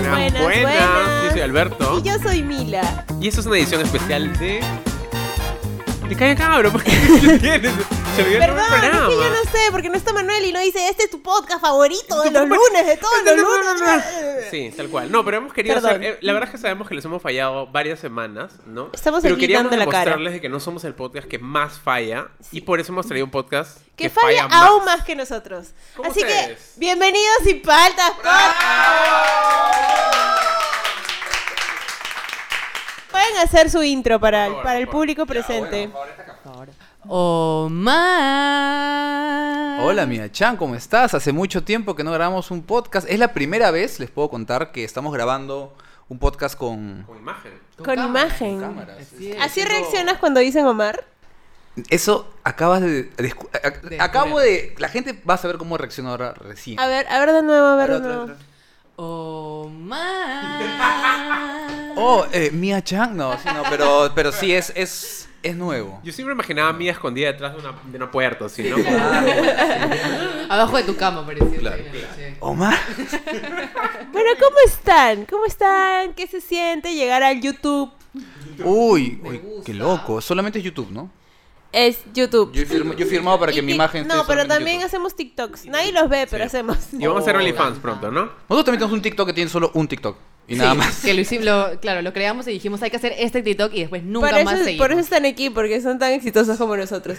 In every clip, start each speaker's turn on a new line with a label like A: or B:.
A: Buenas.
B: buenas.
A: Yo soy Alberto.
B: Y yo soy Mila.
A: Y esto es una edición especial de. Te cae cabro, porque qué tienes? Se olvidó el
B: Perdón,
A: nombre del
B: es que yo
A: programa.
B: no sé, porque no está Manuel y no dice, este es tu podcast favorito de los
A: podcast-
B: lunes, de todos los
A: No, no,
B: lunes.
A: no. Sí, tal cual. No, pero hemos querido
B: Perdón.
A: hacer. eh, la verdad es que sabemos que les hemos fallado varias semanas, ¿no?
B: Estamos
A: pero
B: aquí
A: queríamos
B: dando la cara.
A: demostrarles de que no somos el podcast que más falla. Y por eso hemos traído un podcast
B: Que, falla,
A: más.
B: aún más que nosotros.
A: ¿Cómo
B: Así que,
A: ustedes?
B: bienvenidos y paltas. con- Pueden hacer su intro para, el-
A: favor,
B: para el
A: por favor.
B: público presente.
C: Omar.
D: Hola, Mia Chan, ¿cómo estás? Hace mucho tiempo que no grabamos un podcast. Es la primera vez, les puedo contar, que estamos grabando un podcast con...
A: Con imagen.
B: Con imagen.
D: cámaras.
C: Así es.
B: ¿Así reaccionas cuando dicen Omar?
D: Eso acabas de... descu- a- a-
C: De
D: acabo de... La gente va a saber cómo reacciona ahora recién.
B: A ver, a ver de nuevo, a ver
D: Otra,
B: de
D: otra,
B: nuevo.
D: otra.
C: Omar.
D: Oh, eh, Mia Chan, no, sí, no, pero, pero sí, es, es, es nuevo.
A: Yo siempre imaginaba a mí escondida detrás de una, de una puerta, así, ¿no?
C: Abajo de tu cama parecía.
D: Claro,
C: sí, sí.
D: Omar.
B: Bueno, ¿cómo están? ¿Cómo están? ¿Qué se siente llegar al YouTube?
D: Uy,
C: Me
D: uy,
C: gusta.
D: qué loco. Solamente es YouTube, ¿no?
B: Es YouTube.
D: Yo he, firma- yo he firmado para
B: Y
D: que mi
B: tic-
D: imagen...
B: No,
D: esté
B: pero
D: solamente en
B: también
D: YouTube.
B: hacemos TikToks. Nadie los ve, pero hacemos.
A: Y vamos a hacer
D: Oh,
A: OnlyFans pronto, ¿no?
D: Nosotros también tenemos un TikTok que tiene solo un TikTok. Y nada
C: Sí,
D: más.
C: Que lo hicimos, lo- claro, lo creamos y dijimos hay que hacer este TikTok y después nunca
B: Por
C: más
B: eso,
C: seguimos.
B: por eso están aquí, porque son tan exitosos como nosotros.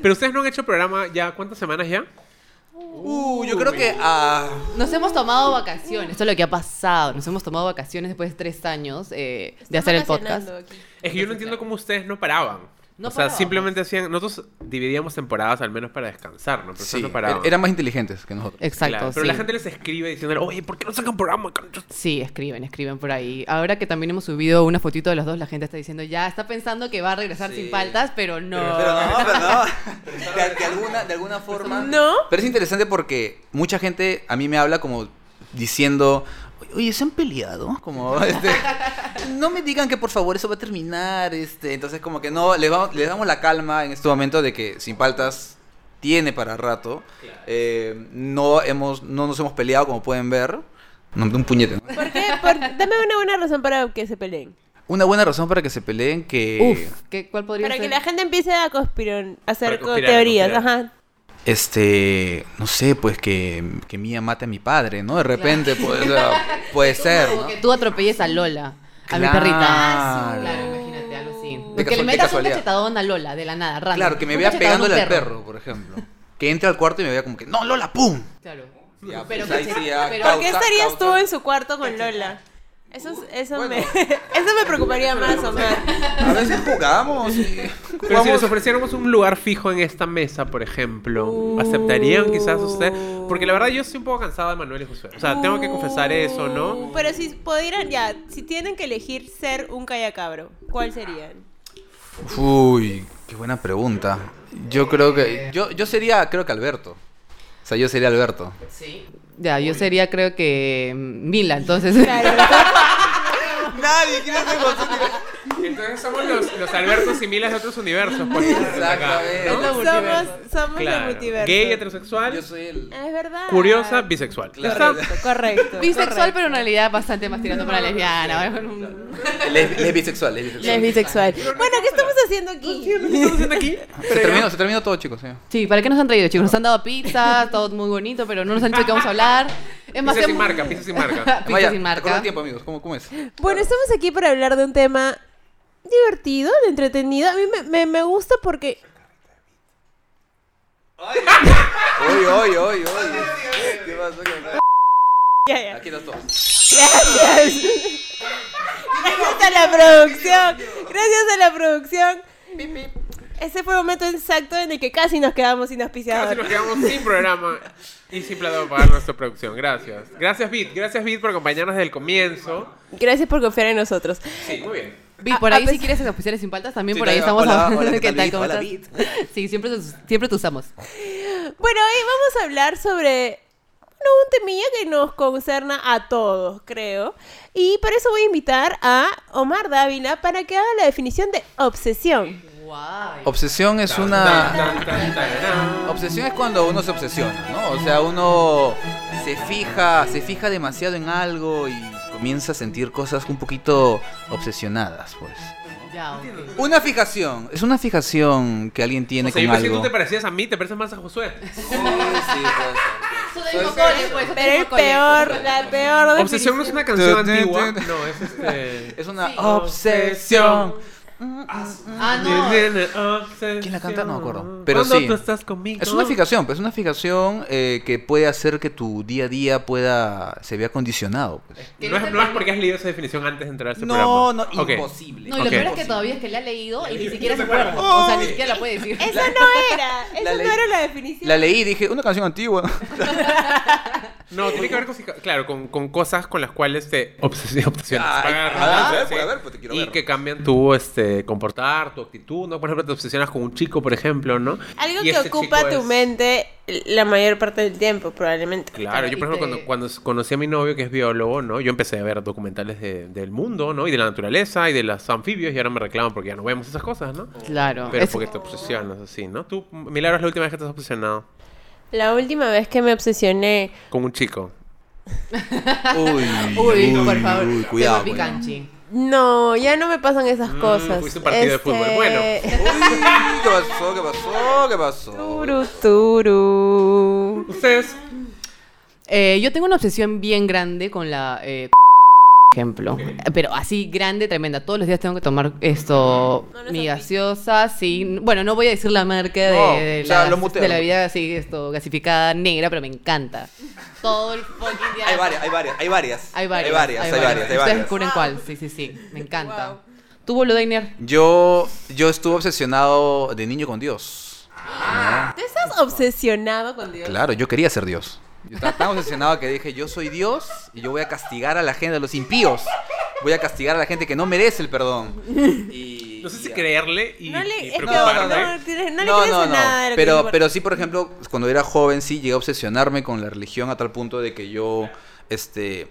A: Pero ustedes no han hecho programa ya, ¿cuántas semanas ya?
D: Uh, yo creo que ah,
C: Nos hemos tomado vacaciones, esto es lo que ha pasado. Nos hemos tomado vacaciones después de tres años eh, de hacer el podcast.
A: Es que yo no entiendo cómo ustedes no paraban.
C: No
A: o sea,
C: parábamos.
A: simplemente hacían. Nosotros dividíamos temporadas al menos para descansar, ¿no? Pero ustedes
D: sí,
A: no paraban.
D: er- eran más inteligentes que nosotros.
C: Exacto.
A: Claro, Pero
C: sí.
A: la gente les escribe diciendo, oye, ¿por qué no sacan programa? conchas?"
C: Sí, escriben, escriben por ahí. Ahora que también hemos subido una fotito de los dos, la gente está diciendo ya, está pensando que va a regresar
D: Sí.
C: sin faltas, pero no.
D: Pero no, pero no. De, de alguna, de alguna forma.
B: ¿No?
D: Pero es interesante porque mucha gente a mí me habla como diciendo, oye, ¿se han peleado? Como, este, no me digan que por favor eso va a terminar. Este, entonces como que no, les, vamos- les damos la calma en este momento de que Sin Paltas tiene para rato. Eh, no, hemos, no nos hemos peleado como pueden ver. No, Un puñete, ¿no?
B: ¿Por qué? Por- dame una buena razón para que se peleen.
D: Una buena razón para que se peleen que...
C: Uf, ¿qué, ¿cuál podría
B: Para
C: ser?
B: que la gente empiece a conspirar, a hacer
A: Para
B: co-
A: conspirar,
B: teorías.
A: conspirar.
B: Ajá.
D: este, no sé, pues que, que Mía mate a mi padre, ¿no? De repente puede, o sea, puede ser,
C: Como
D: ¿no?
C: que tú atropelles a Lola, a mi
D: Claro.
C: perrita. Ah, Claro, imagínate algo así.
D: Ah, De
C: que le
D: casual- de
C: metas un
D: casualidad.
C: cachetadón a Lola de la nada, random.
D: Claro, que me
C: Un
D: vea
C: cachetadón a un
D: pegándole al perro, por ejemplo. Que entre al cuarto y me vea como que, no, Lola, ¡pum!
C: Claro.
D: Ya, pues,
C: pero
D: ahí
C: cachet-
D: sí ya
C: pero-
B: ¿Por qué
D: Causa-
B: estarías tú
D: causa.
B: en su cuarto con Lola? Eso, es- eso,
D: Bueno.
B: me, eso me preocuparía más, Omar.
D: A veces jugamos y...
A: Pero si les ofreciéramos un lugar fijo en esta mesa, por ejemplo, ¿aceptarían quizás usted? Porque la verdad yo estoy un poco cansada de Manuel y Josué. O sea, tengo que confesar eso, ¿no?
B: Uh, Pero si pudieran, ya, si tienen que elegir ser un callacabro, ¿cuál serían?
D: Uy, qué buena pregunta. Yo creo que... Yo, yo sería, creo que Alberto. O sea, yo sería Alberto.
C: Sí. Ya, yo sería creo que mm, Mila, entonces.
D: Nadie quiere ser
A: Entonces somos los, los Albertos y miles de otros universos. pues, acá,
D: Exactamente.
A: ¿no?
D: Somos
B: Somos, somos el
A: Claro.
B: multiverso.
A: Gay, heterosexual,
D: Yo soy el...
B: Ah, Es verdad.
A: curiosa, bisexual. Ya está.
B: Correcto, correcto.
C: Bisexual,
B: correcto.
C: pero en realidad bastante más tirando para lesbiana. ¿eh? Un-
D: Les, les bisexual, les bisexual.
B: Es bisexual. Bueno, ¿qué estamos haciendo aquí?
A: estamos haciendo aquí?
D: Se terminó, se terminó todo, chicos. sí.
C: Sí, ¿para qué nos han traído, chicos? Nos han dado pizza, todo muy bonito, pero no nos han dicho que vamos a hablar. Es más,
A: Pizza sin
C: hemos-
A: marca, pizza sin marca.
C: Pizza
D: Amaya,
C: sin
D: recuerda
C: marca.
D: el tiempo, amigos. ¿Cómo, cómo es?
B: Bueno, estamos aquí para hablar de un tema divertido, de entretenido. A mí me, me- me gusta porque...
D: Uy, uy, uy, uy. ¿Qué pasó? ¿Qué pasó?
B: Ya, ya.
D: Aquí los dos.
B: Gracias. Gracias a la producción. Gracias a la producción. Ese fue el momento exacto en el que casi nos quedamos sin
A: Casi nos
B: auspiciador.
A: quedamos sin programa y sin plata para pagar nuestra producción. Gracias. Gracias, Bit. Gracias, Bit, por acompañarnos desde el comienzo.
B: Gracias por confiar en nosotros.
A: Sí, muy bien.
C: Vi,
B: A-
C: por
B: a
C: ahí si
B: pesar-
C: quieres oficiales sin paltas, también
D: Sí,
C: por ahí
D: claro.
C: estamos
D: Hola,
C: hablando.
D: hola, ¿qué tal, Vit?
C: ¿Cómo
D: Hola,
C: estás? Sí, siempre, te- siempre te usamos.
B: Bueno, hoy vamos a hablar sobre bueno, un temilla que nos concerna a todos, creo. Y para eso voy a invitar a Omar Dávila para que haga la definición de obsesión.
C: Guay.
D: Oh. Obsesión es
A: Tan,
D: una.
A: tan, tan, tan, tan.
D: Obsesión es cuando uno se obsesiona, ¿no? O sea, uno se fija, se fija demasiado en algo y comienza a sentir cosas un poquito obsesionadas, pues.
C: Ya, ok.
D: Una fijación, es una fijación que alguien tiene
A: O sea, yo
D: con
A: pensé que
D: algo.
A: tú te parecías a mí, te pareces más a Josué.
C: Eso te dijo Cole, pues, eso te
B: Pero el
C: dijo Cole.
B: peor, la peor de
A: Obsesión no es una canción
D: Tu, tu,
A: antigua.
D: tu, tu.
A: No, es este.
D: Es una
C: Sí.
D: obsesión.
C: Ah, no.
D: ¿Quién
A: ¿Quién
D: la canta? No me acuerdo. Pero
A: Cuando
D: sí.
A: tú estás conmigo.
D: Es una fijación, pues es una fijación eh, que puede hacer que tu día a día pueda se vea condicionado. pues.
C: Que
A: No
C: no
A: es,
C: te
A: no es
C: pare-
A: porque has leído esa definición antes de entrar a este
D: No,
A: programa.
D: no,
A: Ok.
D: imposible.
C: No, y lo
A: Ok.
C: peor es que todavía es que la ha leído y ni siquiera se acuerda. O sea, ni siquiera la puede decir.
B: Esa no era, esa
D: ley.
B: no era la definición.
D: La leí y dije, una canción antigua.
A: No, tiene que ver con, psica- claro, con, con cosas con las cuales te obses- obsesionas.
D: Ay,
A: Agarras,
D: a ver,
A: sí.
D: pues, a ver, pues, te quiero
A: y
D: ver.
A: que cambian tu este, comportar, tu actitud, ¿no? Por ejemplo, te obsesionas con un chico, por ejemplo, ¿no?
B: Algo
A: Y
B: que
A: este
B: ocupa
A: chico
B: tu
A: es-
B: mente la mayor parte del tiempo, probablemente.
A: Claro, yo por
C: Y
A: ejemplo
C: te-
A: cuando, cuando s- conocí a mi novio que es biólogo, ¿no? Yo empecé a ver documentales de- del mundo, ¿no? Y de la naturaleza y de los anfibios y ahora me reclaman porque ya no vemos esas cosas, ¿no?
C: Claro.
A: Pero porque te obsesionas así, ¿no? Tú, Milagro, es la última vez que te has obsesionado
B: La última vez que me obsesioné,
A: con un chico.
D: Uy,
C: Uy, por favor.
D: uy,
C: cuidado.
D: cuidado.
C: Picanchi.
B: no, ya no me pasan esas
A: Mm,
B: cosas. Este,
A: fuiste un partido de fútbol. Bueno.
D: cuidado. Uy, ¿qué pasó? ¿Qué pasó? ¿Qué pasó?
B: Turu, turu.
A: Ustedes,
C: Eh, yo tengo una obsesión bien grande con la. eh, ejemplo. Pero así grande, tremenda. Todos los días tengo que tomar esto.
B: No lo
C: mi
B: sabía.
C: gaseosa, sí. Bueno, no voy a decir la marca de,
D: No,
C: de
D: ya,
C: la,
D: lo muteo.
C: de la vida así, esto, gasificada negra, pero me encanta. Todo el fucking día.
D: Hay varias, hay varias, hay varias.
C: Hay varias.
D: Hay varias, hay varias, hay
C: Ustedes
D: varias.
C: descubren cuál. Sí, sí, sí. Me encanta. ¿Tú, boludo, Dainer?
D: Yo, yo estuve obsesionado de niño con Dios.
B: ¿Tú estás obsesionado con Dios?
D: Claro, yo quería ser Dios. Yo estaba tan obsesionado que dije, yo soy Dios y yo voy a castigar a la gente, a los impíos. Voy a castigar a la gente que no merece el perdón. Y,
A: no sé si
D: y-
A: creerle y,
B: No le,
A: y
B: es que
A: preocuparme.
B: no, tienes- no le crees a nada de lo que
D: pero,
B: dice.
D: pero sí, por ejemplo, cuando era joven sí llegué a obsesionarme con la religión a tal punto de que yo, este,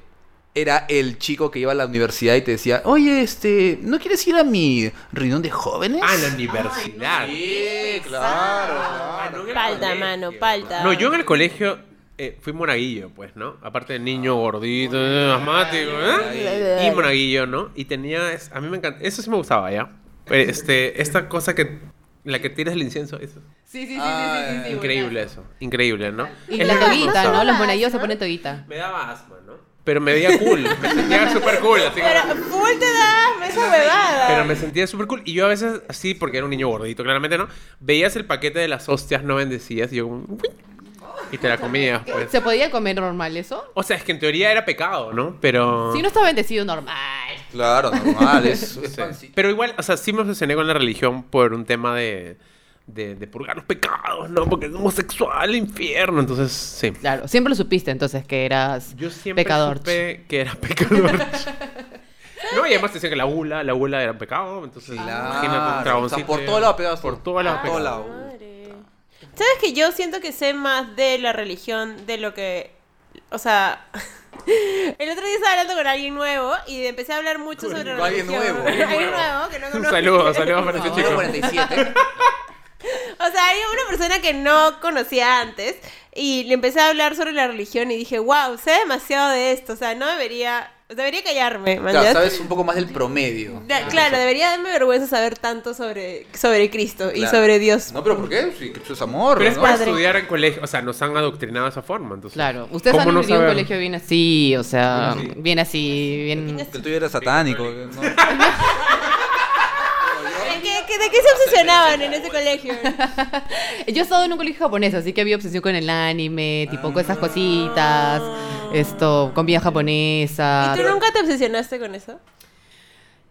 D: era el chico que iba a la universidad y te decía, oye, este, ¿no quieres ir a mi reunión de jóvenes?
A: A Ah, la universidad.
D: Sí, claro,
A: Ah,
D: claro.
A: no en el
B: Palta,
A: colegio.
B: mano, palta.
A: No, yo en el colegio eh, fui monaguillo, pues, ¿no? Aparte de niño gordito, eh, asmático, ¿eh? Y monaguillo, ¿no? Y tenía, es- a mí me encanta, eso sí me gustaba ya. Eh, Este, esta cosa que, la que tiras el incienso, eso.
C: Sí, sí, sí,
D: Ay,
C: sí, sí, sí,
A: Increíble
C: buenazo.
A: eso, increíble, ¿no?
C: Y
A: Es
C: la
A: lo que me
C: toguita,
A: gustaba.
C: ¿no? Los monaguillos se ponen toguita.
A: Me daba asma, ¿no? Pero me veía cool, me sentía súper cool. así como-
B: Pero full te das esa huevada.
A: Pero me sentía súper cool. Y yo a veces, así, porque era un niño gordito, claramente, ¿no? Veías el paquete de las hostias no bendecidas y yo como... "Uy". Y te la comías, pues.
C: ¿Se podía comer normal eso?
A: O sea, es que en teoría era pecado, ¿no? Pero...
C: Si no está bendecido, normal.
D: Claro, normal, es,
A: Sí.
D: es
C: Pues
D: pancito.
A: Pero igual, o sea, sí me obsesioné con la religión por un tema de... De, de purgar los pecados, ¿no? Porque es homosexual, infierno. Entonces, sí.
C: Claro, siempre lo supiste entonces que eras
A: Yo siempre
C: pecador.
A: supe que era pecador. no, y además decían que la gula, la gula era pecado. Entonces,
D: Claro.
A: imagínate un
D: O
A: dragoncito.
D: sea, por todos lados pegabas tú.
A: Por todos lados
B: Ah,
D: Por
A: pegabas.
D: todos lados.
B: Madre. ¿Sabes que yo siento que sé más de la religión de lo que. O sea. El otro día estaba hablando con alguien nuevo y empecé a hablar mucho sobre
D: con alguien
B: religión.
D: nuevo,
B: alguien
D: alguien
B: nuevo.
D: nuevo.
B: que no
A: Un
B: conozco.
A: saludo, saludos para
C: Por
A: ese
D: Número
A: chico.
D: 47.
B: O sea, hay una persona que no conocía antes y le empecé a hablar sobre la religión y dije, wow, sé demasiado de esto. O sea, no debería. Debería callarme, ¿me
D: Claro,
B: entiendes?
D: sabes un poco más del promedio.
B: Da- claro, debería darme vergüenza saber tanto sobre, sobre Cristo y
D: Claro.
B: sobre Dios.
D: No, pero ¿por qué? Si Cristo es amor,
A: Pero es
D: ¿no?
A: para
B: Padre.
A: estudiar en colegio. O sea, nos han adoctrinado de esa forma. Entonces,
C: Claro, ustedes han
A: ¿cómo no
C: vivido un
A: saber?
C: colegio bien así, o sea,
A: Bien así.
C: bien así, bien...
D: Que el tuyo era satánico. ¿no?
B: ¿De qué, qué- de qué se obsesionaban en ese colegio?
C: Yo he estado en un colegio japonés, así que había obsesión con el anime,
A: Ah.
C: tipo con esas cositas, esto, comida japonesa.
B: ¿Y tú nunca te obsesionaste con eso?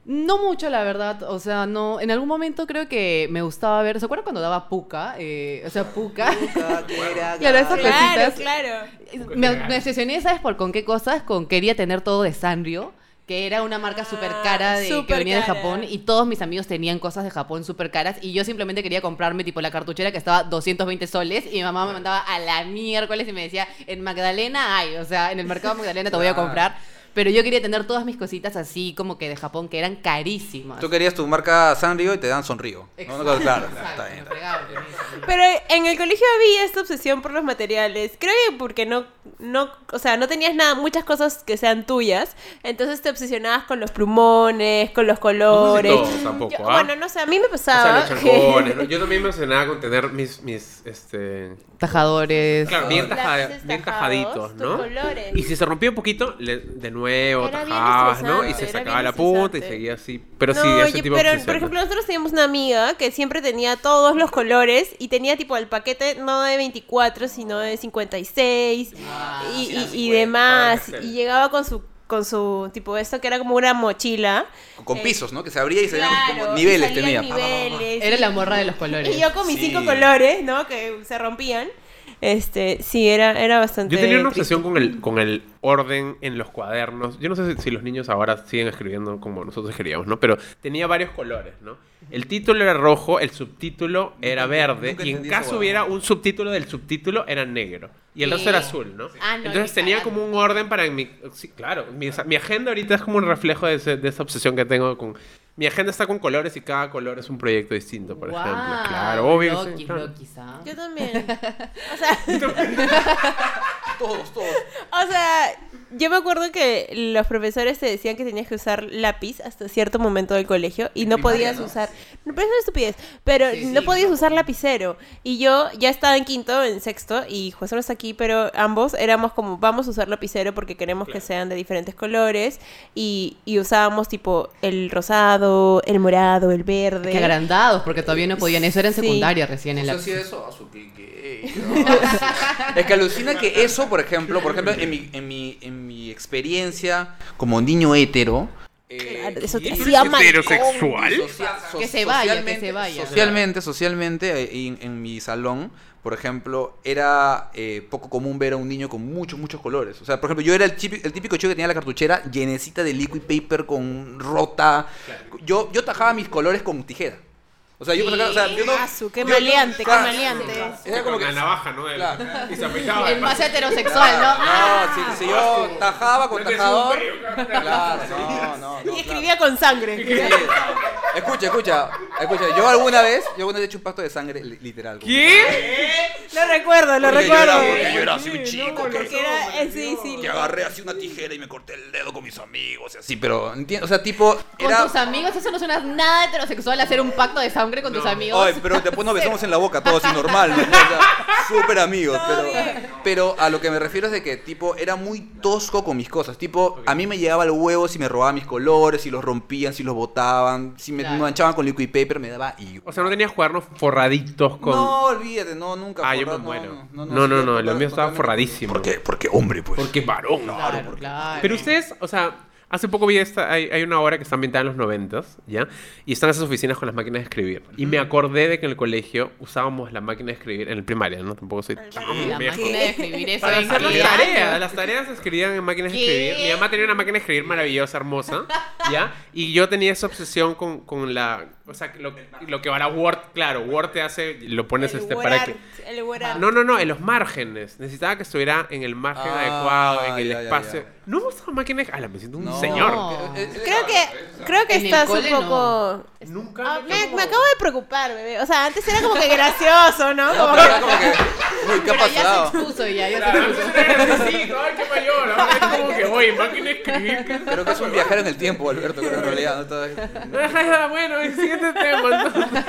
C: No mucho, la verdad. O sea, no. En algún momento creo que me gustaba ver. ¿Se acuerdan cuando daba puca? Eh, o sea, puca. Claro, esas
B: Claro,
C: cositas.
B: claro.
C: Me, me obsesioné, ¿sabes por con qué cosas? Con quería tener todo de Sanrio, que era una
B: Ah,
C: marca súper cara de, que
B: súper
C: venía de
B: cara.
C: Japón. Y todos mis amigos tenían cosas de Japón súper caras. Y yo simplemente quería comprarme, tipo, la cartuchera que estaba 220 soles. Y mi mamá me mandaba a la miércoles y me decía, en Magdalena hay. O sea, en el mercado Magdalena te voy a
D: Claro.
C: comprar. Pero yo quería tener todas mis cositas así como que de Japón, que eran carísimas.
D: Tú querías tu marca Sanrio y te dan Sonrío. ¿no?
C: Exacto,
D: Claro, claro,
C: exacto,
D: está
C: me
D: bien.
C: fregaron, me fregaron.
B: Pero en el colegio había esta obsesión por los materiales. Creo que porque no, no, o sea, no tenías nada, muchas cosas que sean tuyas. Entonces te obsesionabas con los plumones, con los colores.
A: No sé si todos tampoco,
B: Yo-
A: ¿ah?
B: Bueno, no sé, a mí me
A: O sea,
B: pasaba.
A: los
B: que-
A: charcones. ¿no? Yo también me emocionaba con tener mis, mis, este...
C: Tajadores.
A: Claro, bien,
B: Lápices
A: taja- bien
B: tajados,
A: tajaditos,
B: tus
A: ¿no?
B: colores.
A: Y si se rompía un poquito, le- de nuevo
B: Era bien
A: tajabas, ¿no? Y
B: estresante,
A: se
B: era
A: sacaba
B: bien
A: la punta y
B: estresante.
A: seguía así. Pero
B: No,
A: sí, ese
B: yo-
A: tipo
B: pero
A: de obsesión.
B: por ejemplo nosotros teníamos una amiga que siempre tenía todos los colores y tenía tipo el paquete no de 24 sino de 56 y, y- y demás
A: para Excel.
B: y llegaba con su con su tipo esto que era como una mochila
D: Con
B: Eh,
D: pisos, ¿no? Que se abría y se veían como
B: y
D: niveles
B: salían
D: tenía. Ah,
B: niveles,
C: Era
B: y-
C: la morra de los colores.
B: y yo con mis
D: Sí.
B: cinco colores no que se rompían este sí era era bastante
A: Yo tenía una
B: triste.
A: obsesión con el, con el orden en los cuadernos. Yo no sé si, si los niños ahora siguen escribiendo como nosotros escribíamos, ¿no? Pero tenía varios colores, ¿no? El título era rojo, el subtítulo era verde,
D: nunca
A: y en
D: entendí
A: caso
D: eso,
A: hubiera
D: bueno.
A: un subtítulo del subtítulo era negro. Y el resto
C: Sí.
A: era azul, ¿no?
C: Ah, no,
A: Entonces
C: ni
A: tenía
C: cagando.
A: como un orden para mi... sí, claro, mi, mi agenda ahorita es como un reflejo de, ese- de esa obsesión que tengo con... Mi agenda está con colores y cada color es un proyecto distinto, por
C: Guau,
A: ejemplo. Claro, obvio. que sí,
C: loquis,
A: claro.
C: loquis, ah.
B: yo también o sea
D: Todos, todos.
B: O sea, yo me acuerdo que los profesores te decían que tenías que usar lápiz hasta cierto momento del colegio y no
D: primaria,
B: podías
D: ¿no?
B: usar. No, pero es una estupidez. Pero
C: Sí,
B: no
C: sí,
B: podías
C: no.
B: usar lapicero. Y yo ya estaba en quinto, en sexto, y José no está aquí, pero ambos éramos como, vamos a usar lapicero porque queremos que sean de diferentes colores. Y, y usábamos tipo el rosado, el morado, el verde.
C: Que agrandados, porque todavía no podían. Eso era en
B: Sí.
C: secundaria recién en la.
D: eso a su pique. no. Es que alucina que eso, por ejemplo, por ejemplo, en mi, en mi, en mi experiencia como niño hétero. eh,
B: Claro, eso te
D: y-
B: hacía
D: y-
B: maricón.
A: ¿Heterosexual?
D: Social- so-
C: Que se vaya, que
D: socialmente-
C: se vaya.
D: Socialmente, socialmente, eh, en, en mi salón, por ejemplo, era eh, poco común ver a un niño con muchos, muchos colores. O sea, por ejemplo, yo era el típico, el típico chico que tenía la cartuchera llenecita de liquid paper con rota. Yo, yo tajaba mis colores con tijera. O sea, yo, o sea, yo no-
B: Ah, su, qué
D: yo- yo-
B: maleante,
D: o sea,
B: qué maleante.
D: Era como que...
A: navaja, ¿no? El-
D: Claro.
A: Y se apretaba.
C: El más heterosexual, ¿no? Ah.
D: No, si, si yo tajaba con
A: Este es un
D: tajador...
A: feo,
D: Claro, no, no, no,
B: Y
D: claro.
B: escribía con sangre.
D: Sí, Escucha, escucha, escucha. Yo alguna vez, yo alguna vez he hecho un pacto de sangre li- literal. con mi sangre.
B: Lo recuerdo, lo
D: Porque yo
B: recuerdo.
D: era- porque yo era así un chico
B: No,
D: que-
B: porque era, eh, sí, sí.
D: Que agarré así una tijera y me corté el dedo con mis amigos y así, pero entiendo, o sea, tipo
C: Con
D: era
C: tus amigos, eso no suena nada heterosexual, hacer un pacto de sangre con tus
A: No.
C: amigos.
D: Ay, pero después nos besamos en la boca todos así normal, ¿no? O sea, súper amigos, pero pero a lo que me refiero es de que tipo era muy tosco con mis cosas, tipo a mí me llegaba el huevo si me robaban mis colores, si los rompían, si los botaban, si me
C: Claro.
D: manchaban con liquid paper, me daba y
A: O sea, no tenías cuadernos forraditos con.
D: No, olvídate, no, nunca.
A: ah, yo me
D: forrado,
A: muero. No, no, no,
D: sí,
A: no, lo
D: total-
A: mío estaba
D: totalmente-
A: forradísimo.
D: ¿Por qué? Porque hombre, pues.
A: Porque varón.
C: Claro, claro.
A: Pero ustedes, o sea, hace poco vi esta. Hay, hay una obra que está ambientada en los noventas, ¿ya? Y están esas oficinas con las máquinas de escribir. Y me acordé de que en el colegio usábamos la máquina de escribir en el primaria, ¿no? Tampoco soy.
C: La
A: Me
C: máquina de escribir eso.
A: Para
C: es
A: hacer las
C: genial.
A: tareas. Las tareas se escribían en máquinas de
C: ¿Qué?
A: escribir. Mi mamá tenía una máquina de escribir maravillosa, hermosa. ¿Ya? Y yo tenía esa obsesión con, con la. O sea, lo, lo que ahora Word, claro, Word te hace. Lo pones
B: El
A: este
B: word
A: para
B: art,
A: que.
B: el word art.
A: No, no, no, en los márgenes. Necesitaba que estuviera en el margen
D: Ah,
A: adecuado, en el
D: ya, ya,
A: espacio.
D: ya.
A: No usaba máquina de. ¡Hala, me siento un
D: No,
A: señor!
D: porque- eh, eh,
B: Creo que, creo que
C: En el
B: estás un
C: cole, no.
B: poco...
A: Nunca.
B: Ah,
A: me
B: me,
A: tocó.
B: me acabo de preocupar, bebé. O sea, antes era como que gracioso, ¿no?
D: No,
B: Como
D: pero
B: que-
D: era como que. Uy, ¿qué ha
C: Pero ya se
D: pasado?
C: expuso ya, ya se
A: Claro,
C: expuso.
A: antes era grandecito, ay, qué mayor. Ahora es como que, oye, máquina de escribir. ¿qué?
D: Creo que es un viajero en el tiempo, Alberto, pero en realidad. No Todo-
A: bueno, el siguiente tema. entonces.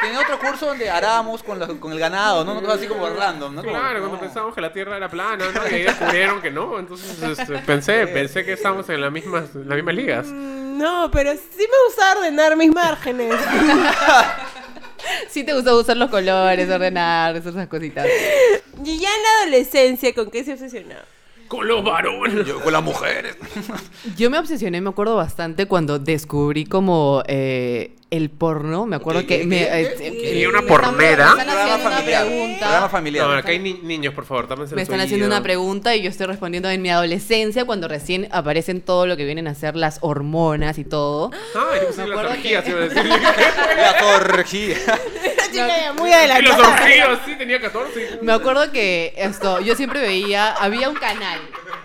D: Tenía otro curso donde arábamos con, la- con el ganado, ¿no? Una cosa así como random, ¿no? Como-
A: Claro,
D: no.
A: cuando pensábamos que la Tierra era plana, ¿no? Y ahí descubrieron que no. Entonces este, pensé, pensé que estábamos en las mismas, en las mismas ligas.
B: Mm, No, pero sí me gustaba ordenar mis márgenes.
C: Sí te gusta usar los colores, ordenar, hacer esas cositas.
B: Y ya en la adolescencia, ¿con qué se obsesionaba?
A: Con los varones.
D: Yo con las mujeres.
C: Yo me obsesioné, me acuerdo bastante cuando descubrí como eh, el porno. Me acuerdo
D: ¿Qué,
C: que
D: qué,
C: me,
D: qué,
C: eh,
D: qué?
C: eh,
A: ¿Quería una
C: me están-
A: pornera?
C: Me están haciendo una pregunta.
D: Programa
A: No,
D: familiar.
A: acá hay ni- niños, por favor, tápense
C: Me
A: los
C: están haciendo una
A: oídos.
C: pregunta y yo estoy respondiendo en mi adolescencia cuando recién aparecen todo lo que vienen a ser las hormonas y todo.
A: Ay, yo pensé
C: Me
A: que las
C: acuerdo
A: orgías,
C: que-
A: iba a decir.
D: La torgía.
B: Una chica ya muy
A: Y los
B: adelantada.
A: orgías, sí, tenía 14.
C: Me acuerdo que esto, yo siempre veía, había un canal,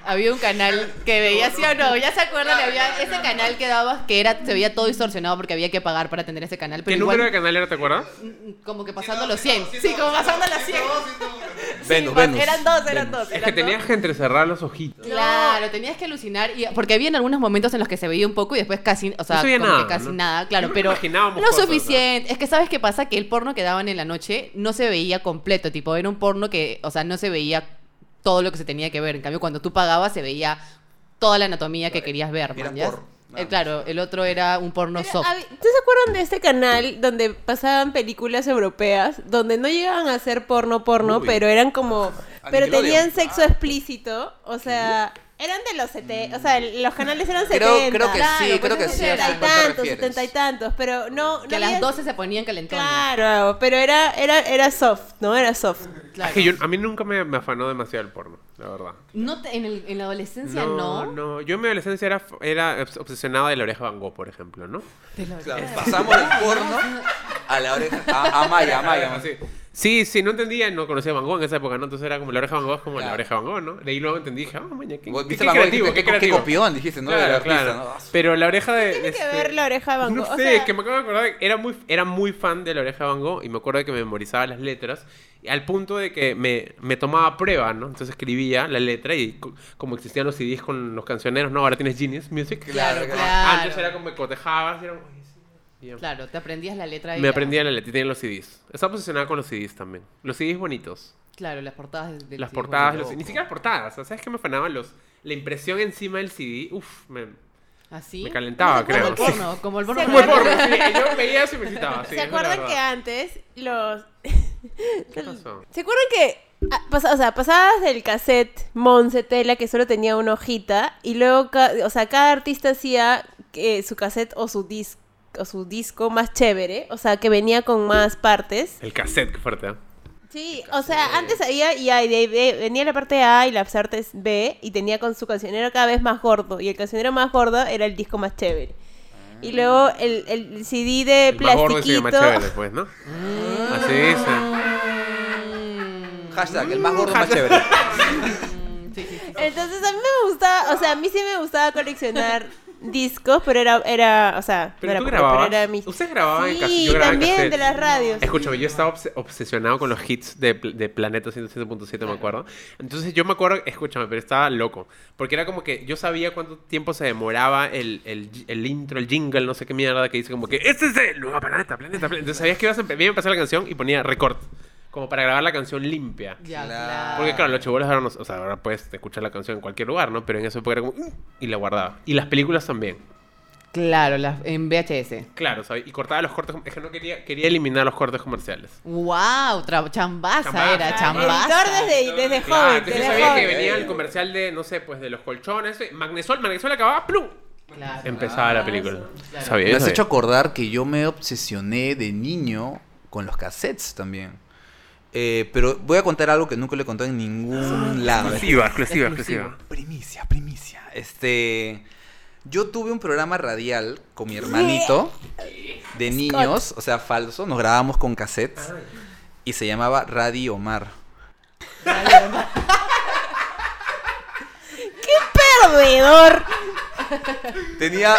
C: había un canal que veía, sí o no, ya se acuerdan, había ese canal que dabas que era, se veía todo distorsionado porque había que pagar para tener ese canal.
A: ¿Qué
C: Pero
A: número de
C: igual,
A: canal era, te acuerdas?
C: mm, como que pasando los 100. Sí, como pasando los 100. Sí,
D: Venus,
C: pas-
D: Venus.
C: Eran dos, eran dos.
A: Es que
C: eran dos.
A: tenías que entrecerrar los ojitos.
C: Claro, tenías que alucinar y porque había en algunos momentos en los que se veía un poco y después casi, o sea,
A: No se veía
C: como
A: nada,
C: que casi
A: ¿no?
C: nada, claro,
A: Yo creo que
C: pero
A: imaginábamos
C: lo
A: cosas,
C: suficiente. Es que sabes qué pasa que el porno que daban en la noche no se veía completo, tipo era un porno que, o sea, no se veía todo lo que se tenía que ver. En cambio, cuando tú pagabas se veía toda la anatomía que querías ver,
D: Era
C: ¿manjas?
D: porno, nada
C: Eh, claro, el otro era un porno
B: Pero,
C: soft.
B: a ver, ¿Ustedes se acuerdan de este canal donde pasaban películas europeas? Donde no llegaban a ser porno, porno,
D: Uy.
B: pero eran como...
D: A
B: Pero
D: Nickelodeon. Ah.
B: tenían sexo explícito, o sea... Eran de los 70, o sea, los canales eran
D: Mm. Creo-
B: 70.
D: creo que sí,
B: Claro,
D: creo
B: pues
D: que
B: esos
D: sí, a
B: Setenta y
D: eso te
B: tantos,
D: refieres.
B: setenta y tantos, pero no... no
C: que a las
B: había-
C: 12 se ponían calentones.
B: Claro, pero era, era, era soft, ¿no? Era soft.
D: Eh,
C: Claro.
A: Es que yo- a mí nunca me, me afanó demasiado el porno, la verdad.
C: No te- en, el- en la adolescencia no.
A: no, Yo en mi adolescencia era, era obs- obsesionada de la oreja Van Gogh, por ejemplo, ¿no?
D: O sea, pasamos del porno a la oreja. A, a Maya, a Maya.
A: Sí. Sí, sí, no entendía, no conocía a Van Gogh en esa época, ¿no? Entonces era como la oreja Van Gogh es como la
D: Claro.
A: oreja Van Gogh, ¿no? De ahí luego entendí, dije, ah, maña, qué,
D: Vos
A: qué-
D: viste
A: qué
D: Van Gogh y
A: creativo, qué
D: dijiste, qué- qué
A: creativo.
D: copión, dijiste, ¿no? Del
A: Claro,
D: artista,
A: claro.
D: ¿no? Ah, su-
A: Pero la oreja de...
B: Tiene que
A: este,
B: ver la oreja de Van Gogh.
A: No
B: o
A: sé,
B: sea,
A: que me acabo de acordar, era muy, era muy fan de la oreja de Van Gogh y me acuerdo que me memorizaba las letras y al punto de que me, me tomaba prueba, ¿no? Entonces escribía la letra y co- como existían los CDs con los cancioneros, ¿no? Ahora tienes Genius Music.
D: Claro,
C: claro,
D: claro.
A: Antes era como me cotejabas y era como, "Oye, sí, bien".
C: Claro, te aprendías la letra y
A: Me
C: la-
A: aprendía la letra y tenía los CDs. Estaba posicionada con los CDs también. Los CDs bonitos.
C: Claro, las portadas del- del
A: las
C: sí,
A: portadas,
C: bueno,
A: los- ni siquiera las portadas. O sea, ¿Sabes qué me fanaban los... La impresión encima del CD, uff, me,
C: Así.
A: me calentaba,
C: ¿Ah, Como
A: creo.
C: el porno, como el porno.
A: Como el porno, sí. Yo veía eso y me excitaba. sí,
B: ¿Se
A: eso es la
B: acuerdan que
A: verdad.
B: antes los...
A: ¿Qué pasó?
B: ¿Se acuerdan que ah, pasa- o sea, pasabas del cassette Monse Tela que solo tenía una hojita y luego, ca- o sea, cada artista hacía eh, su cassette o su disco o su disco más chévere, o sea, que venía con más partes.
A: El cassette, qué fuerte. ¿eh?
B: Sí, o sea, antes había y ahí de- de- venía la parte A y la parte B y tenía con su cancionero cada vez más gordo y el cancionero más gordo era el disco más chévere. Y luego el, el CD de
A: Ah. El más gordo se llama
B: plastiquito. Ah.
A: chévere, pues, ¿no? Así dice.
D: Hashtag, el más
A: Mm,
D: gordo más chévere.
C: Mm, Sí, sí, sí.
B: Entonces a mí me gustaba, o sea, a mí sí me gustaba coleccionar discos, pero era, era o sea, no
A: Pero
B: era
A: tú
B: poco,
A: grababas.
B: pero era mi...
A: Ustedes grababan en cassette.
B: Sí,
A: Yo grababa en
B: también de
A: cassette.
B: las radios.
A: Escúchame, yo estaba obs- obsesionado con los hits de, pl- de Planeta 107.7, me acuerdo. Entonces yo me acuerdo, escúchame, pero estaba loco. Porque era como que yo sabía cuánto tiempo se demoraba el, el, ji- el intro, el jingle, no sé qué mierda, que dice como que este es el nuevo planeta, planeta, planeta. Entonces sabías que ibas a, empe- iba a empezar la canción y ponía record. Como para grabar la canción limpia.
C: Ya,
D: Claro.
C: claro.
A: Porque claro, los chibolos ahora no, o sea, ahora puedes escuchar la canción en cualquier lugar, ¿no? Pero en esa época era como "Mm", y la guardaba. Y las películas también.
C: Claro, las- en VHS.
A: Claro, ¿sabes? Y cortaba los cortes, com- es que no quería quería eliminar los cortes comerciales.
C: Wow, tra- chambaza,
A: Chambaza.
C: era,
A: Claro,
C: chambaza.
B: editor
A: Ah,
B: desde, desde
A: Claro,
B: joven,
A: entonces yo
B: desde
A: sabía que
B: joven.
A: venía el comercial de no sé, pues de los colchones, eh, Magnesol, Magnesol acababa, plum.
C: Claro.
A: Empezaba la película. Sabía
D: Me has
A: sabía.
D: hecho acordar que yo me obsesioné de niño con los cassettes también. Eh, pero voy a contar algo que nunca le he contado en ningún lado.
A: exclusiva, exclusiva, exclusiva.
D: Primicia, primicia. Este. Yo tuve un programa radial con mi hermanito de niños, o sea, falso. Nos grabamos con cassettes y se llamaba Radio Omar.
B: Perdedor,
D: Tenía,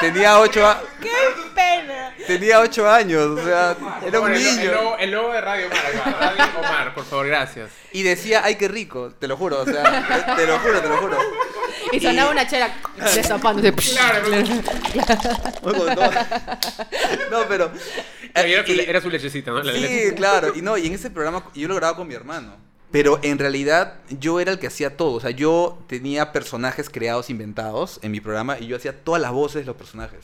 D: tenía, ocho, a-
B: qué pena.
D: tenía ocho años, o sea, era un
A: Por favor, el- El
D: niño.
A: logo, el logo de Radio Omar, acá, Radio Omar, por favor, gracias.
D: Y decía, ay, qué rico, te lo juro, o sea, te lo juro, te lo juro.
C: Y sonaba una chera destapándose.
A: Claro,
D: No, pero...
A: era, su,
D: y-
A: era su lechecita, ¿no? La
D: Sí,
A: leche.
D: claro. Y no, y en ese programa yo lo grababa con mi hermano. Pero en realidad yo era el que hacía todo. O sea, yo tenía personajes creados, inventados en mi programa y yo hacía todas las voces de los personajes.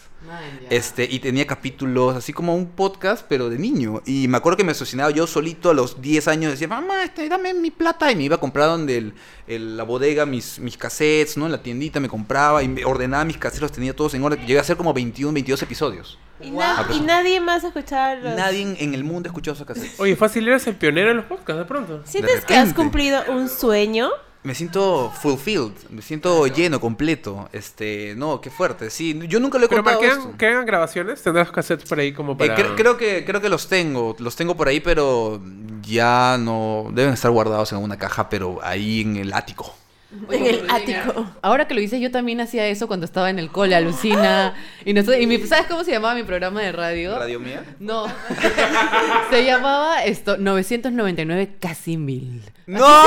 D: Este, y tenía capítulos, así como un podcast, pero de niño. Y me acuerdo que me asesinaba yo solito a los 10 años. Decía, mamá, este, dame mi plata. Y me iba a comprar donde el- el- la bodega mis, mis cassettes, ¿no? En la tiendita me compraba y me ordenaba mis cassettes, los tenía todos en orden. Llegué a hacer como 21, 22 episodios.
B: Y, na- y nadie más escuchaba los...
D: Nadie en- en el mundo escuchó esos cassettes.
A: Oye, fácil eres el pionero de los podcasts de pronto.
B: ¿Sientes
D: De
B: que has
D: repente.
B: cumplido un sueño?
D: Me siento fulfilled, me siento lleno, completo. Este, no, qué fuerte. Sí, yo nunca lo he
A: Pero Mar,
D: contado
A: ¿quedan,
D: esto.
A: quedan grabaciones? ¿Tendrás cassettes por ahí como
D: Eh,
A: para...?
D: cre- creo que creo que los tengo, los tengo por ahí, pero ya no deben estar guardados en una caja, pero ahí en el ático.
B: En el ático.
C: Ahora que lo dices, yo también hacía eso cuando estaba en el cole, alucina. Y, nosotros, y mi- ¿Sabes cómo se llamaba mi programa de radio?
D: ¿Radio mía?
C: No. se llamaba esto, 999 casi mil.
D: ¡No!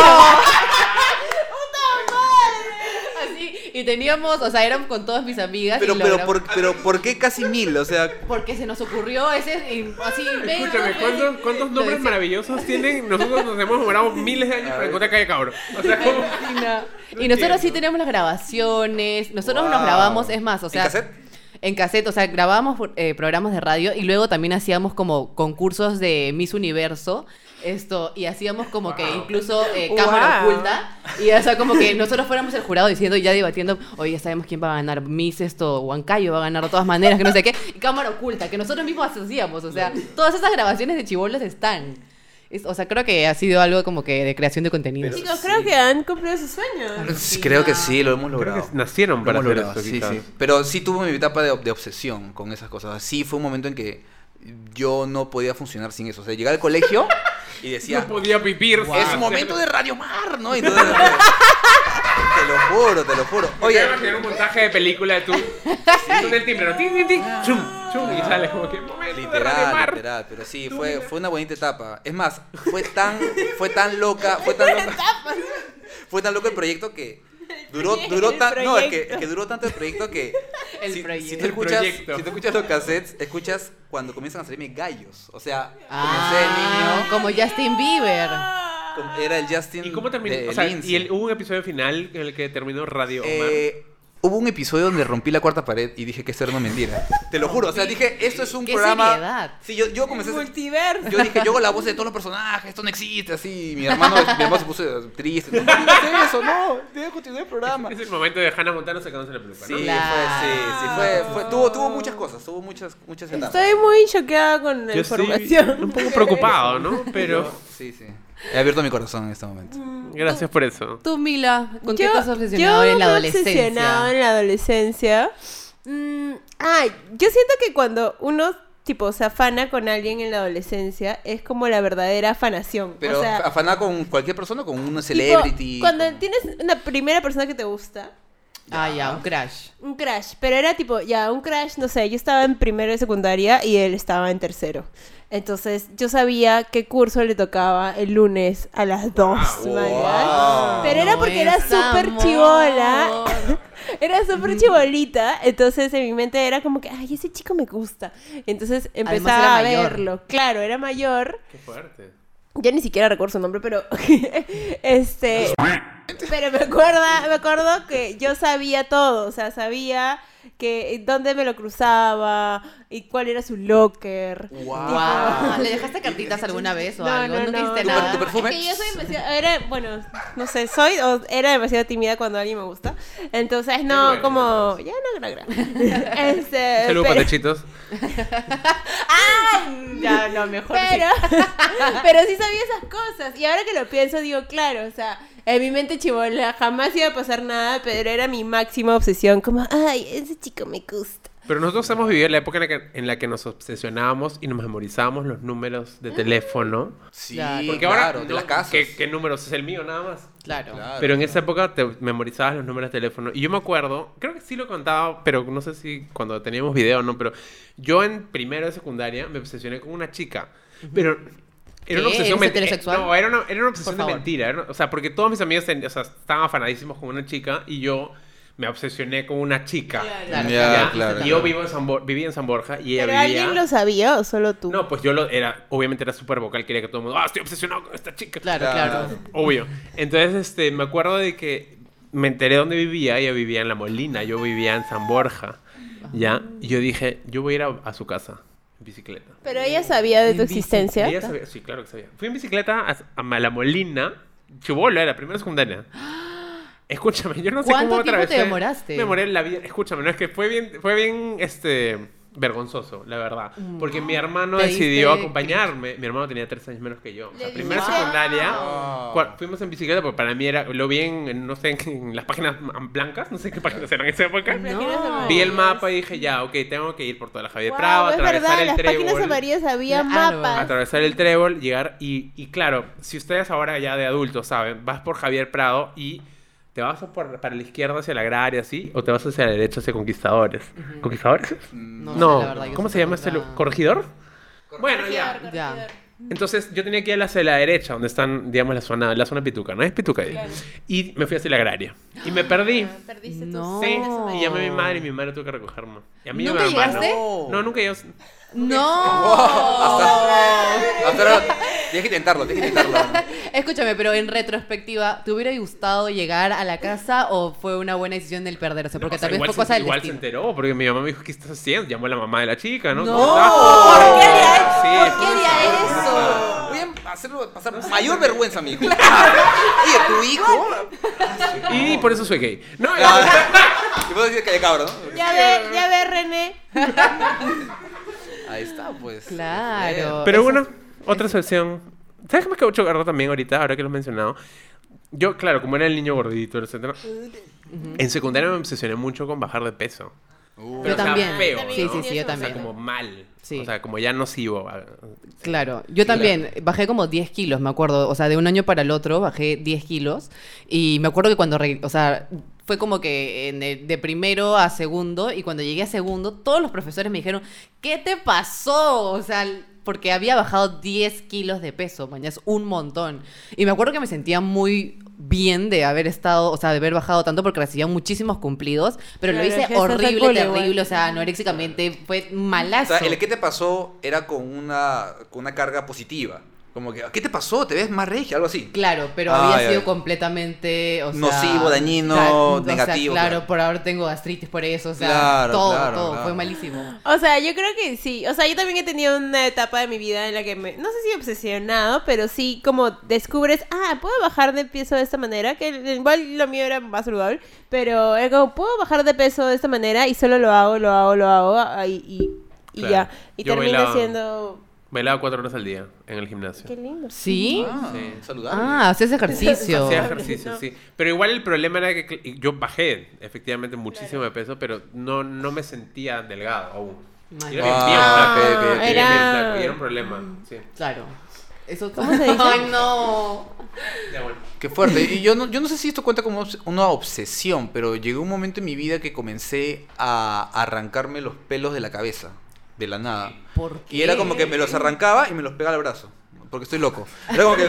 C: Así, y teníamos, o sea, éramos con todas mis amigas. y
D: Pero,
C: lo
D: pero,
C: grabamos.
D: por, pero, ¿por qué casi mil? O sea,
C: Porque se nos ocurrió ese, y- así. medio-
A: Escúchame, ¿cuántos, cuántos nombres
C: Lo decía.
A: maravillosos tienen? Nosotros nos hemos demorado miles de años para encontrar Calle Cabro. O sea, como...
C: Alucina.
A: No
C: y nosotros sí
A: entiendo.
C: teníamos las grabaciones, nosotros
D: Wow.
C: nos grabamos, es más, o
D: ¿En
C: sea...
D: cassette?
C: En cassette, o sea, grabábamos eh, programas de radio y luego también hacíamos como concursos de Miss Universo, esto, y hacíamos como que incluso eh, cámara
B: Wow.
C: oculta, y o sea, como que nosotros fuéramos el jurado diciendo, ya debatiendo, oye, ya sabemos quién va a ganar, Miss esto, Huancayo va a ganar de todas maneras, que no sé qué, y cámara oculta, que nosotros mismos hacíamos, o sea, todas esas grabaciones de chibolos están. Es- o sea, creo que ha sido algo como que de creación de contenido.
D: Pero-
B: Chicos,
D: Sí.
B: creo que han cumplido sus sueños.
D: creo que sí, lo hemos logrado.
A: Creo que nacieron
D: Lo
A: para
D: hemos
A: hacer
D: logrado,
A: esto,
D: sí,
A: quizás.
D: sí. Pero sí tuve mi etapa de, de obsesión con esas cosas. Sí fue un momento en que yo no podía funcionar sin eso. O sea, llegué al colegio y decía,
A: No podía vivir. sin
D: ah. es
A: hacer-
D: momento de Radio Mar, ¿no? Y entonces, te lo juro, te lo juro.
A: Oye,
D: Oye,
A: imaginar un montaje de película de tú. Tú del timbre, ¿no? Tin, tin, tin, chum, chum, y sale como que momento de Radio
D: literal,
A: Mar.
D: literal, pero sí, fue, fue una bonita etapa. Es más, fue tan, fue tan loca, fue tan loca. Fue tan loco el proyecto que duró,
B: proyecto,
D: duró
B: el
D: tan, no, es que,
B: proyecto.
D: es que duró tanto el proyecto que
C: El
D: si,
C: proyecto.
D: si tú
A: El
D: escuchas,
A: proyecto.
D: si tú escuchas los cassettes, escuchas cuando comienzan a salirme gallos, o sea,
C: Ah,
D: comencé de
C: como
D: niño,
C: Justin Bieber.
D: com- era el Justin
A: ¿Y cómo terminó?
D: de
A: o sea,
D: Lindsay.
A: y el- hubo un episodio final en el que terminó Radio Omar.
D: Eh, Hubo un episodio donde rompí la cuarta pared y dije que esto era una mentira. Te lo juro, o sea, dije, esto es un
C: Qué
D: programa.
C: seriedad.
D: Sí, yo, yo comencé a hacer-
B: Multiverso.
D: Yo dije, yo hago la voz de todos los personajes, esto no existe, así. Mi hermano, mi hermano se puso triste. No, no hagas eso, no, debe continuar el programa.
A: es el momento de Hannah Montana sacándose la peluca,
D: Sí,
A: ¿no?
D: fue,
C: Claro.
D: sí, sí, fue, fue- tuvo, tuvo muchas cosas, tuvo muchas, muchas etapas.
B: Estoy muy choqueada con la
A: Yo
B: información.
A: estoy un poco preocupado, ¿no? Pero
D: Sí, sí. He abierto mi corazón en este momento.
B: Mm,
A: gracias por eso.
C: Tú, Mila, ¿con
B: Yo-
C: qué estás obsesionado
B: yo
C: en la
B: me he
C: adolescencia?
B: obsesionado en la adolescencia. Mm, ay, yo siento que cuando uno tipo se afana con alguien en la adolescencia es como la verdadera afanación.
D: Pero
B: o sea,
D: afanar con cualquier persona, con
B: tipo,
D: una celebrity.
B: cuando
D: con-
B: tienes una primera persona que te gusta,
C: Ah, ya, un crash.
B: un crash, pero era tipo, ya, un crash, no sé, yo estaba en primero de secundaria y él estaba en tercero. Entonces yo sabía qué curso le tocaba el lunes a las 2,
A: Wow.
B: Marian. Pero era
C: No
B: porque era
C: es
B: súper
C: amor.
B: chivola. Era súper chibolita, entonces en mi mente era como que, ay, ese chico me gusta. Entonces empezaba
C: era
B: a
C: mayor.
B: verlo. Claro, era mayor.
A: Qué fuerte.
B: Ya ni siquiera recuerdo su nombre, pero este pero me acuerda, me acuerdo que yo sabía todo, o sea, sabía que dónde me lo cruzaba y cuál era su locker.
D: Wow.
C: Wow. ¿Le dejaste cartitas alguna vez o algo? Nunca hiciste
D: ¿Tu per-
C: nada.
D: tu perfume?
B: Es que yo soy demasiado, era, bueno, no sé, soy o era demasiado tímida cuando alguien me gusta. Entonces, no,
A: bueno,
B: como, ya no, no, no.
D: Eh,
A: Saludos,
B: Este, pero-
A: patechitos.
C: Ya, no, mejor sí.
B: pero, pero sí sabía esas cosas. Y ahora que lo pienso, digo, claro, o sea, en mi mente chivola jamás iba a pasar nada, pero era mi máxima obsesión. Como, ay, ese chico me gusta.
A: Pero nosotros hemos vivido la época en la que, en la que nos obsesionábamos y nos memorizábamos los números de teléfono.
D: Sí,
C: Claro.
A: Porque
D: claro,
A: ahora,
D: de
A: no,
D: las casas.
A: ¿qué, qué números? Es el mío nada más.
C: Claro.
D: Claro.
A: Pero en esa época te memorizabas los números de teléfono. Y yo me acuerdo, creo que sí lo contaba, pero no sé si cuando teníamos video o no, pero yo en primero de secundaria me obsesioné con una chica. Pero era una
C: ¿Qué?
A: obsesión
C: ¿Eres
A: men-
C: heterosexual?
A: eh, No, era una, era una obsesión
C: Por
A: de
C: favor.
A: mentira. era una- o sea, porque todos mis amigos ten- o sea, estaban afanadísimos con una chica y yo me obsesioné con una chica.
C: Claro,
D: Ya,
A: ¿ya?
D: Ah, claro.
A: Y yo vivo en San Bor- vivía en San Borja y ella
B: ¿Pero
A: vivía...
B: alguien lo sabía o solo tú?
A: No, pues yo lo era, obviamente era súper vocal, quería que todo el mundo, ah, estoy obsesionado con esta chica.
C: Claro,
D: Claro.
C: claro.
A: Obvio. Entonces, este, me acuerdo de que me enteré dónde vivía, ella vivía en La Molina, yo vivía en San Borja, ¿ya? Y yo dije, yo voy a ir a, a su casa en bicicleta.
B: Pero ella sabía de tu
C: En bici-
B: existencia.
A: Y ella sabía- sí, claro que sabía. Fui en bicicleta a, a La Molina, chubolo, era primera secundaria. Escúchame, yo no sé
C: ¿Cuánto
A: cómo
C: tiempo te
A: atravesé.
C: demoraste?
A: Me demoré la vida. Escúchame, no es que fue bien, fue bien, este, vergonzoso, la verdad. Porque mi hermano
C: Mm. Te diste
A: decidió acompañarme. Mi hermano tenía tres años menos que yo. O sea,
B: Le
A: primera
B: diste-
A: secundaria.
C: Ah.
D: Wow.
A: cua- Fuimos en bicicleta porque para mí era, lo vi en, en, no sé, en las páginas blancas, no sé qué páginas eran en esa época.
B: Páginas amarillas.
A: Vi el mapa y dije, ya, ok, tengo que ir por toda la Javier
B: Wow,
A: Prado,
B: es
A: atravesar
B: verdad,
A: el
B: las
A: trébol
B: páginas amarillas había
C: Claro.
B: mapas.
A: atravesar el trébol, llegar y, y claro, si ustedes ahora ya de adultos saben, vas por Javier Prado y ¿Te vas a por- para la izquierda hacia la agraria, así? ¿O te vas hacia la derecha hacia conquistadores? ¿Conquistadores?
C: No,
A: No.
C: sé,
D: Mm.
C: la verdad, yo
A: ¿Cómo
C: soy
A: se llama este
C: contra-
A: lugar? ¿Corregidor? Bueno, ya.
B: Corregidor,
C: Ya.
B: corregidor.
A: Entonces yo tenía que ir hacia la derecha, donde están, digamos, la zona, la zona pituca, ¿no? Es pituca ahí.
B: Claro.
A: Y me fui hacia la agraria. Y me perdí.
B: Ah, Perdiste tus-
C: No.
A: Sí,
C: Oh.
A: y llamé a mi madre y mi madre tuvo que recogerme. Y a mí y a mi
C: ¿Nunca
A: mamá,
C: llegaste?
A: ¿no? No, nunca llegué.
C: ¡No!
D: Hasta ahora, tienes que intentarlo, tienes que intentarlo.
C: Escúchame, pero en retrospectiva, ¿te hubiera gustado llegar a la casa o fue una buena decisión del perderse? Porque
A: O sea,
C: tal vez
A: igual
C: fue
A: se-
C: cosa del
A: Igual se
C: destino.
A: enteró, porque mi mamá me dijo, ¿qué estás haciendo? Llamó a la mamá de la chica, ¿no?
C: No.
A: ¿Cómo estás?
C: ¿Por
B: qué haría-
A: Sí,
B: por qué haría
A: puta.
B: eso?
D: Voy a hacerlo pasar mayor vergüenza, mi hijo. Oye, tu hijo.
A: Y por eso soy gay. No, eh,
D: Ah, Y puedo decir que de cabro, ¿no?
B: Ya ve, ya ve, René.
D: Ahí está, pues.
C: Claro.
A: Pero
C: Eso-
A: bueno, otra solución. ¿Sabes qué me quedó chocando también ahorita, ahora que lo has mencionado? Yo, claro, como era el niño gordito, etcétera, en secundaria me obsesioné mucho con bajar de peso.
D: Uh.
A: Pero,
C: Yo
A: o sea,
C: también.
A: feo,
C: sí,
A: ¿no?
C: sí, sí, yo
B: O sea,
A: O sea,
C: también.
A: como mal.
C: Sí.
A: O sea, como ya nocivo. ah,
C: Claro, yo también bajé como 10 kilos, me acuerdo. O sea, de un año para el otro bajé 10 kilos. Y me acuerdo que cuando, re- o sea, fue como que en el- de primero a segundo. Y cuando llegué a segundo, todos los profesores me dijeron, ¿qué te pasó? O sea, porque había bajado 10 kilos de peso, mañana es un montón. Y me acuerdo que me sentía muy bien de haber estado, o sea, de haber bajado tanto porque recibía muchísimos cumplidos, pero
B: Claro,
C: lo
B: es que
C: hice
B: eso está
C: horrible,
B: cool igual.
C: terrible, o sea, anoréxicamente fue
D: O
C: malazo.
D: sea, el que te pasó era con una, con una carga positiva. Como que, "Ah, ¿qué te pasó? ¿Te ves más regia? Algo así.
C: Claro, pero
D: Ah,
C: había
D: ya,
C: sido
D: ya.
C: completamente. o sea,
D: Nocivo, dañino,
C: o sea,
D: negativo,
C: claro,
D: claro.
C: por ahora tengo gastritis por eso. O sea,
D: Claro,
C: todo,
D: claro,
C: todo.
D: claro.
C: Fue malísimo.
B: O sea, yo creo que sí. O sea, yo también he tenido una etapa de mi vida en la que me, no sé si obsesionado, pero sí como descubres, ah, puedo bajar de peso de esta manera, que igual lo mío era más saludable, pero era como, puedo bajar de peso de esta manera y solo lo hago, lo hago, lo hago ah, y, y, y
A: Claro.
B: ya. Y
A: Yo
B: termina
A: bailaba.
B: siendo...
A: Bailaba cuatro horas al día en el gimnasio.
B: Qué lindo.
C: ¿Sí?
D: Ah,
A: Sí.
D: saludable.
C: Ah, haces ejercicio.
A: Hacía ejercicio, sí. Pero igual el problema era que cl- y yo bajé efectivamente muchísimo de peso, pero no, no me sentía delgado aún.
C: Mal.
A: Yo era bien
D: Ah,
A: flaco,
D: ok, ok,
A: yo
D: ok.
A: era bien
B: Era-
A: flaco, y era un problema. Sí.
C: Claro. Eso
B: ¿Cómo se dice?
C: Ay, no.
A: Ya, bueno.
D: Qué fuerte. Y yo no, yo no sé si esto cuenta como obs- una obsesión, pero llegó un momento en mi vida que comencé a arrancarme los pelos de la cabeza, de la nada.
C: ¿Por
D: Y era como que me los arrancaba y me los pegaba al brazo, porque estoy loco. Era como que...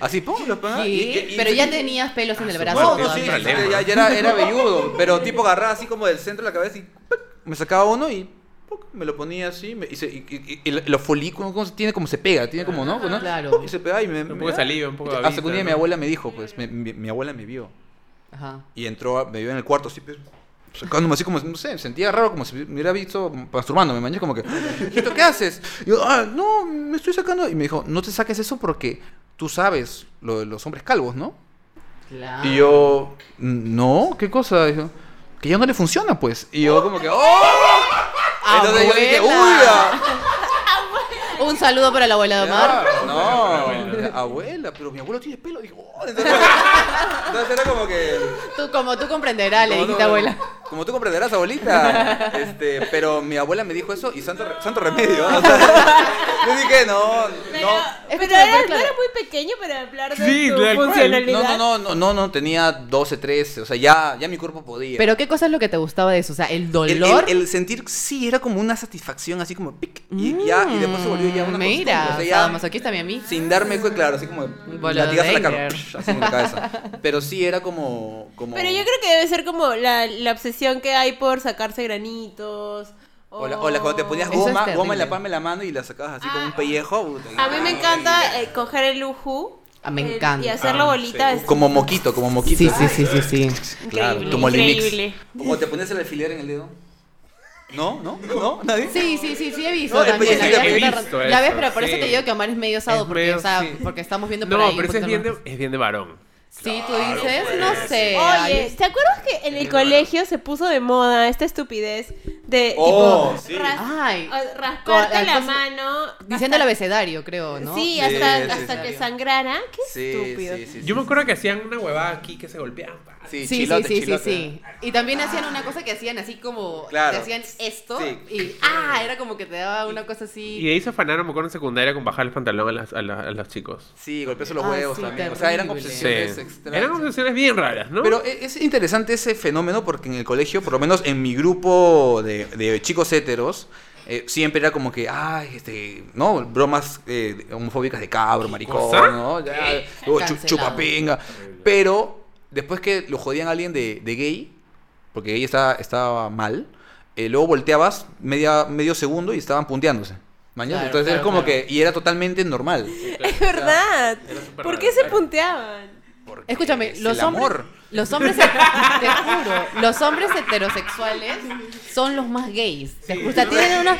D: Así, pum, los pegaba. Ah, y-
C: ¿Qué?
D: y- y-
C: Pero ya tenías pelos en el
A: su
C: brazo.
D: No,
A: Pero
D: no,
A: es
D: sí,
A: un
D: sí,
C: todavía.
A: problema.
D: ya, ya era, era velludo, pero tipo agarraba así como del centro de la cabeza y ¡pac! me sacaba uno y ¡puc! me lo ponía así me- y, se, y, y- y los folículos ¿cómo se tiene como se pega, tiene como no, ¿no?
C: Ah, Claro.
D: ¡Puc! Y se pegaba y me,
A: Un
D: me-
A: poco de saliva, un poco de
D: hasta que un Ah, día
A: avita,
D: mi
A: ¿no?
D: abuela me dijo, pues me- mi, mi abuela me vio
C: Ajá.
D: y entró, a- me vio en el cuarto así, pues, sacándome así como, no sé, me sentía raro como si me hubiera visto masturbando, me manché como que, "Hijito, ¿qué haces? Y yo, ah, no, me estoy sacando y me dijo, no te saques eso porque tú sabes lo de los hombres calvos, ¿no?
C: Claro.
D: Y yo, no, ¿qué cosa? Dijo, que ya no le funciona, pues. Y yo como que, ¡oh! Entonces yo dije, ¡uy!
C: Abuela.
D: ah,
C: Un saludo para la abuela de Omar.
D: claro, No, abuela, pero mi abuelo tiene pelo. Dijo, "Oh", Entonces, entonces era como que...
C: Tú, como tú comprenderás, le
D: como
C: dijiste
D: tú-
C: abuela.
D: Como tú comprenderás, abuelita. Este, pero mi abuela me dijo eso y santo, re- santo remedio. ¿ah? O sea, yo dije, no, no.
B: Pero, pero
C: Escúchame,
B: era,
C: pero
B: no
C: claro.
B: era muy pequeño para hablar de
A: Sí,
B: tu
A: tal cual.
B: funcionalidad.
D: No, no, no, no, no, tenía 12, 13, o sea, ya, ya mi cuerpo podía.
C: Pero ¿qué cosa es lo que te gustaba de eso? O sea, el
D: El,
C: dolor.
D: el- el sentir, sí, era como una satisfacción, así como pic, y ya, y después se volvió ya una
C: Mm, Mira,
D: costumbre, o sea, ya
C: masoquista mi amigo.
D: sin darme cuenta, claro, así como
C: Bolo
D: latigazo en la cara,
C: Ranger.
D: psh, así en la cabeza. Pero sí era como, como
B: Pero yo creo que debe ser como la, la obsesión que hay por sacarse granitos. O,
D: o la, o la- cuando te ponías
C: Eso es
D: goma, goma
C: terrible.
D: en la palma de la mano y la sacabas así como un
B: Ah.
D: pellejo. puta,
B: A mí me
D: y-
B: encanta eh, coger el luju.
C: Ah, me
B: el-
C: encanta.
B: Y hacerlo
A: Ah,
B: bolita.
A: sí.
B: es
D: Como moquito, como moquito.
C: Sí, sí, sí, sí, sí.
D: Claro,
B: increíble,
D: como Linux.
B: increíble.
D: O cuando te ponías el alfiler en el dedo. ¿No? ¿no? ¿No? ¿Nadie?
C: Sí, sí, sí, sí he visto
D: No, el
C: también.
D: pellizquito
C: la
D: he
C: verdad.
A: visto
C: Ya ves,
A: eso,
C: pero por eso
A: sí.
C: te digo que Omar es medio
A: Es
C: sado, porque,
A: medio-
C: o sea,
A: sí.
C: porque estamos viendo por
A: No,
C: ahí. un
A: pero ese es
C: poquito
A: bien, de,
C: más.
A: es bien de varón.
C: Sí, tú
D: pues.
C: dices, no sé.
B: Oye,
C: Ay,
B: ¿te acuerdas que en el colegio se puso de moda esta estupidez de
A: Oh,
B: tipo
A: sí.
B: ras-
C: Ay.
D: ah,
B: a- rascarte
C: Ah. Con-
B: la
C: entonces,
B: mano.
C: Diciendo el abecedario, creo, ¿no?
B: Sí,
D: Sí,
B: hasta,
D: sí,
B: hasta
D: sí.
B: que sangrara. Qué
D: Sí,
B: estúpido.
D: sí, sí,
A: Yo me
D: sí,
A: acuerdo que hacían una huevada aquí que se golpeaban. pa.
D: Sí,
C: Sí,
D: chilote,
C: sí, sí,
D: chilote.
C: sí, sí. Y también hacían una cosa que hacían así como.
D: Claro.
C: Te hacían esto.
D: Sí.
C: Y. ¡Ah! Era como que te daba una cosa así.
A: Y de ahí se afanaron, me acuerdo, en secundaria con bajar el pantalón a, las- a la- a los chicos.
D: Sí, golpeazo los
C: Ah,
D: huevos
C: sí,
D: también. O sea, eran
C: terrible.
A: Sí.
D: obsesiones extrañas.
A: Eran obsesiones bien raras, ¿no?
D: Pero e- es interesante ese fenómeno porque en el colegio, por lo menos en mi grupo de, de chicos héteros, eh, siempre era como que, ay, este, ¿no? Bromas eh, homofóbicas de cabro, maricón,
A: cosa?
D: ¿no? Ya, o chu-
C: Cancelado.
D: chupapenga. Pero después que lo jodían a alguien de, de gay, porque gay estaba, estaba mal, eh, luego volteabas media, medio segundo y estaban punteándose. Mañana.
C: Claro,
D: Entonces era
C: claro,
D: como
C: claro.
D: que, y era totalmente normal.
B: Es verdad.
A: era súper
B: ¿Por
A: raro,
B: qué se
A: claro.
B: punteaban?
D: Porque
C: Escúchame,
D: es
C: los
D: el
C: hombres.
D: amor.
C: Los hombres. Te juro. Los hombres heterosexuales son los más gays. Te juro, O sea, tienen una.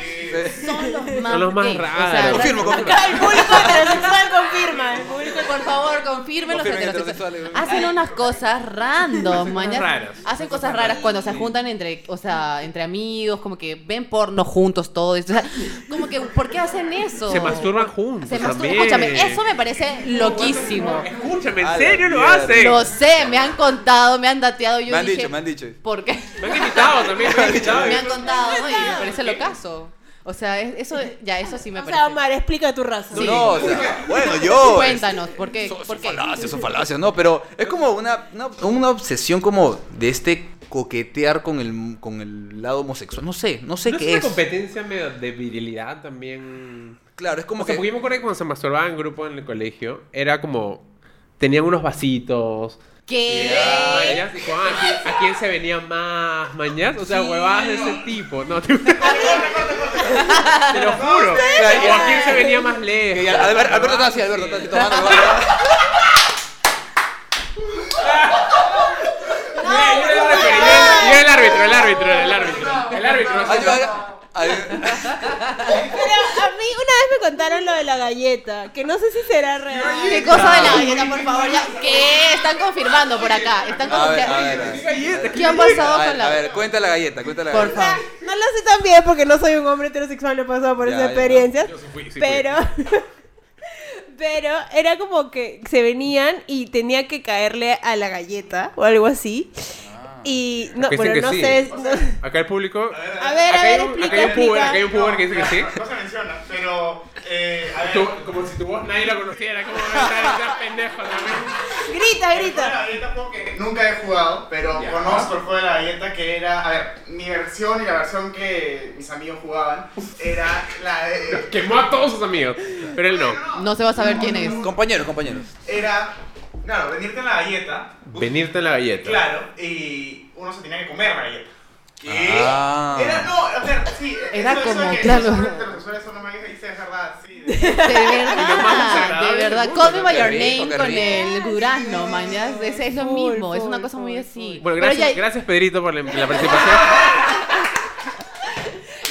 C: Son los más,
A: Son los más
C: gays. O sea,
A: raros.
D: Confirmo, confirmo.
B: Acá el público heterosexual confirma. El público
C: Por favor, confirmen los
D: Confirmen
C: heterosexuales.
D: heterosexuales.
C: Hacen unas cosas random, mañana.
A: raras.
C: Hacen cosas raras cuando se juntan entre, o sea, entre amigos, como que ven porno juntos todos. O sea, como que, ¿por qué hacen eso?
A: Se masturban juntos
C: Se masturban-
A: también.
C: Escúchame, eso me parece loquísimo.
A: Escúchame, ¿en
D: A la
A: serio lo
D: mierda.
A: hacen?
C: Lo sé, me han contado, me han dateado. Yo
D: Me han
C: dije,
D: dicho, me han dicho.
C: ¿Por qué?
A: Me han invitado también, me han invitado.
C: me han contado, ¿no? y me parece locazo. O sea, es- eso, ya, eso sí me
B: O
C: parece.
B: sea, Omar, explica tu razón.
C: Sí.
D: No, o sea, bueno, yo.
C: Cuéntanos, ¿por qué?
D: Son,
C: ¿Por
D: son
C: qué?
D: falacias, son falacias, no, pero es como una, una, una obsesión como de este coquetear con el, con el lado homosexual. No sé, no sé
A: ¿No es
D: qué
A: una
D: es.
A: competencia medio de virilidad también?
D: Claro, es como
A: O sea, porque
D: que...
A: yo me acuerdo que cuando se masturbaban en grupo en el colegio, era como... Tenían unos vasitos.
C: ¿Qué?
A: mañas, y como, ah, ¿a, quién, a quién se venía más? ¿Mañas? O sea, huevadas de ese tipo. No, te, Te lo juro.
D: Ustedes-
A: O a quién se venía más lejos.
D: que ya- Albert- Alberto está así, Alberto está así tomando.
A: Mira, yo era el referee, yo era- yo era el árbitro, el árbitro, el árbitro. El árbitro. no sé.
B: Pero a mí una vez me contaron lo de la galleta, que no sé si será real.
C: ¿Qué cosa de la galleta, por favor? Ya. ¿Qué? Están confirmando por acá. Están
D: A ver, a
C: confirmando.
D: ver, a ver.
C: ¿Qué ha pasado
D: A
C: con
D: ver,
C: la-
D: A ver, cuenta la galleta, cuenta la
C: Por
D: galleta.
B: O sea, no lo sé tan bien porque no soy un hombre heterosexual, no he pasado por
D: Ya,
B: esas
D: ya.
B: experiencias.
A: Yo sí fui, sí fui.
B: pero. Pero era como que se venían y tenía que caerle a la galleta o algo así. Y no,
A: Ah. Dicen
B: bueno,
A: que
B: no
A: sí.
B: sé. no-
A: Acá el público.
B: A ver, a
A: acá hay
B: ver,
A: un-
B: explica,
A: Acá hay un puber,
B: explica.
A: acá hay un puber que dice que sí.
E: No se menciona, pero. Eh, a ver.
A: Tú- como si tu voz nadie la conociera, como estar pendejo también.
B: Grita,
E: el juego de la
B: grita.
E: galleta, juego que nunca he jugado, pero conozco el juego de la galleta que era. A ver, mi versión y la versión que mis amigos jugaban era la de.
A: Quemó a todos sus amigos, pero él no.
C: No se va a saber quién es.
D: Compañeros, compañeros.
E: Era. Claro, venirte en la galleta.
A: Venirte en la galleta.
E: Claro, y uno se tenía que comer la galleta. ¿Qué?
D: Ah.
E: Era, no, a ver, sí.
C: Era
E: eso, eso
C: como,
E: de que
C: claro.
E: los hombres heterosexuales son los más gays, sí, es verdad, sí. de-
C: De
A: más
C: verdad,
A: desagradable
C: de verdad.
A: del mundo,
C: Call me by
D: qué
C: your
D: rico,
C: name
D: qué
C: con
D: rico.
C: el durazno, man. ya, Es, es lo
B: Full,
C: mismo. Es
B: full,
C: una cosa muy
B: full,
C: así.
A: Bueno,
C: Pero
A: gracias,
C: ya-
A: gracias Pedrito por la, la participación.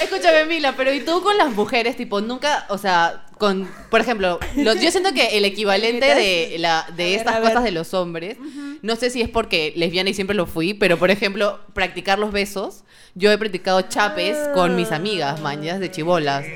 C: Escúchame, Mila, pero ¿y tú con las mujeres, tipo, nunca, o sea, con, por ejemplo, lo- yo siento que el equivalente de, la, de
B: A ver,
C: estas
B: a ver.
C: cosas de los hombres, no sé si es porque lesbiana y siempre lo fui, pero por ejemplo, practicar los besos, yo he practicado chapes con
B: Ah.
C: mis amigas, mañas de chibolas.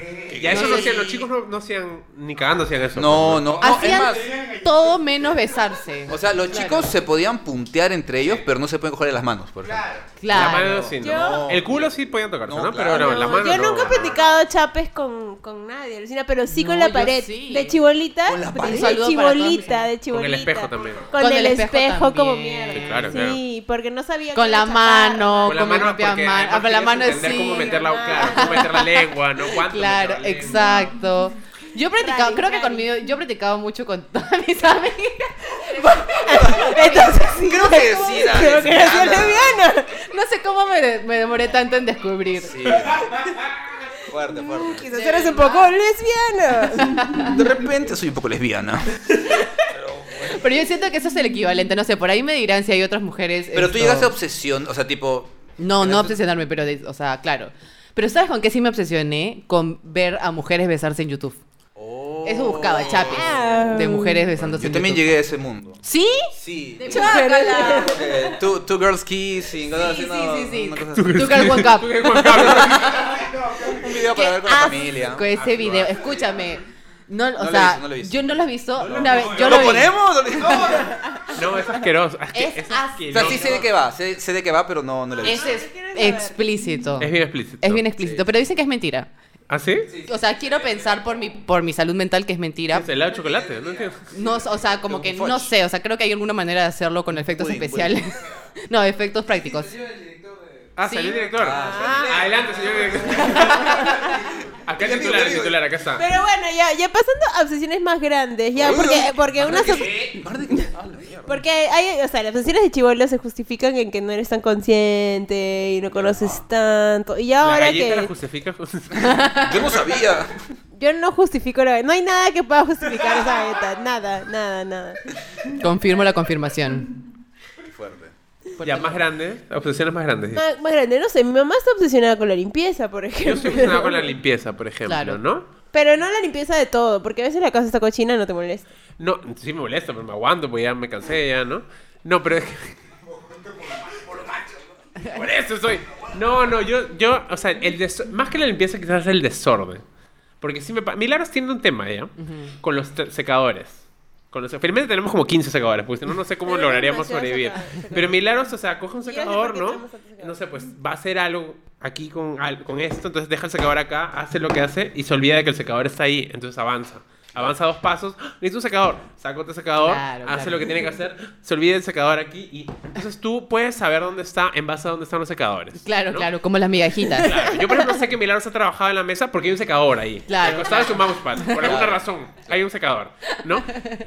A: Ya eso
C: No
A: no
C: sé
A: hacían,
C: si-
A: los chicos no, no hacían, ni cagando hacían eso. pues,
D: No, no, no, es
C: Hacían
D: más...
C: todo menos besarse.
D: O sea, los chicos se podían puntear entre ellos, pero no se pueden coger las manos, por ejemplo.
E: Claro.
A: La
C: Claro.
A: mano sí, no.
B: Yo-
A: El culo sí podían tocarse, ¿no?
D: No,
A: Pero
D: claro.
A: no, la mano
B: yo
A: no.
B: nunca he practicado chapes con, con nadie, Lucina, pero sí con
C: No,
B: la
C: yo
B: pared.
C: sí.
B: De chibolita.
D: Con la pared.
B: De
D: Un saludo
C: para todas mis
B: chibolita,
C: amigas.
B: de chibolita.
A: Con el espejo también.
B: Con,
C: Con
B: el,
C: el espejo
B: espejo como
C: también.
B: mierda.
A: Sí, claro,
B: sí, porque no sabía
C: Con
B: que
C: la
B: era chapar.
C: mano, con,
A: Con la
C: mi
A: mano
C: propia
A: porque
C: mano. Ah,
A: además
C: Con la
A: tienes
C: mano
A: que entender
C: sí.
A: cómo meter la,
B: la
A: claro, cómo meter la lengua, ¿no? ¿Cuánto
C: Claro,
A: meter la lengua.
C: exacto. Yo he practicado,
B: Rari,
C: creo que
B: rari.
C: conmigo, yo he practicado mucho con todas mis amigas.
B: Entonces, sí,
D: Creo que
B: es como-
D: sí, la
B: creo que era
D: lesbiana.
B: lesbiana.
C: No sé cómo me, me demoré tanto en descubrir.
D: Fuerte, fuerte.
B: Quizás eres un poco lesbiana.
D: De repente soy un poco lesbiana.
C: Pero yo siento que eso es el equivalente. No sé, por ahí me dirán si hay otras mujeres.
D: Pero
C: esto-
D: tú llegaste a obsesión, o sea, tipo.
C: No, no obsesionarme, pero, de- o sea, claro. Pero ¿sabes con qué sí me obsesioné? Con ver a mujeres besarse en YouTube.
D: Oh.
C: Eso buscaba, chapis.
B: Ah.
C: De mujeres besándose.
D: Yo
C: en
D: también
C: YouTube.
D: llegué a ese mundo.
C: ¿Sí?
D: Sí.
C: ¡Chócala!
D: Eh, two, two girls kissing, cosas
C: Sí,
D: así, no,
C: sí, sí, sí.
D: una cosa
C: Tú
D: así.
C: Girls One Cup.
D: Un video para ver con la familia. Ah,
C: Con ese video, escúchame. No, o
D: No lo he
C: sea,
D: visto, no lo he visto.
C: yo no lo he visto. una vez, yo
D: ¿Lo
C: lo, vi.
D: ponemos?
A: No, es asqueroso. que-
C: Es
D: O
C: asqueroso.
D: sea, sí sé de qué va, sé, sé de qué va, pero no, no lo he
C: Es
D: visto.
C: es- explícito.
A: Es bien explícito.
C: Es bien explícito, pero dicen que es mentira.
A: ¿Ah, sí?
C: O sea, quiero pensar por mi, por mi salud mental que es mentira.
A: Es helado de chocolate, no entiendo.
C: No, o sea, como que
D: Fudge.
C: no sé, o sea, creo que hay alguna manera de hacerlo con efectos
D: Pudding,
C: especiales.
A: pues.
C: no, efectos prácticos.
A: Ah,
C: Sí.
A: salió el director.
B: Ah,
C: Ah.
A: Adelante, señor director. Acá el titular, el titular, acá está.
B: Pero bueno, ya, ya pasando a obsesiones más grandes, ya, porque, porque unas porque hay, o sea, las obsesiones de chivolo se justifican en que no eres tan consciente y no conoces tanto. Y
A: La
B: ahora
A: galleta la
B: que
A: justifica.
D: Yo no sabía.
B: yo no justifico la no hay nada que pueda justificar esa galleta, nada, nada, nada.
C: Confirmo la confirmación.
D: Fuerte.
A: ya, más grande. Obsesiones más grandes. sí.
B: Más, más grande, no sé, mi mamá está obsesionada con la limpieza, por
A: Yo
B: ejemplo.
A: estoy obsesionado con la limpieza, por ejemplo,
C: Claro.
A: ¿no?
B: Pero no la limpieza de todo, porque a veces la casa está cochina, no te molesta.
A: No, sí me molesta, pero me aguanto, porque ya me cansé, ya, ¿no? No, pero es que... Por eso soy... No, no, yo, yo o sea, el des- más que la limpieza quizás es el desorden. Porque sí me... pa- Milagros tiene un tema, ¿ya? Con los te- secadores. Con los... Felizmente tenemos como 15 secadores, porque si no, no sé cómo
B: Pero
A: lograríamos
B: demasiado
A: sobrevivir.
B: secado- secador.
A: Pero Milagros, o sea, coge un
B: Yo ya sé
A: secador,
B: por qué
A: ¿no?
B: tenemos tanto secador.
A: No sé, pues va a hacer algo aquí con, al- con esto, entonces deja el secador acá, hace lo que hace y se olvida de que el secador está ahí, entonces avanza. Avanza dos pasos, ¡Ah! necesito un secador, saca otro secador,
C: Claro,
A: hace
C: claro.
A: lo que tiene que hacer, se olvida el secador aquí y entonces tú puedes saber dónde está en base a dónde están los secadores.
C: Claro,
A: ¿no?
C: claro, como las migajitas.
A: Claro, Yo por ejemplo sé que Milagros ha trabajado en la mesa porque hay un secador ahí.
C: Claro.
A: Al costado de su mousepad, por alguna razón, hay un secador, ¿no?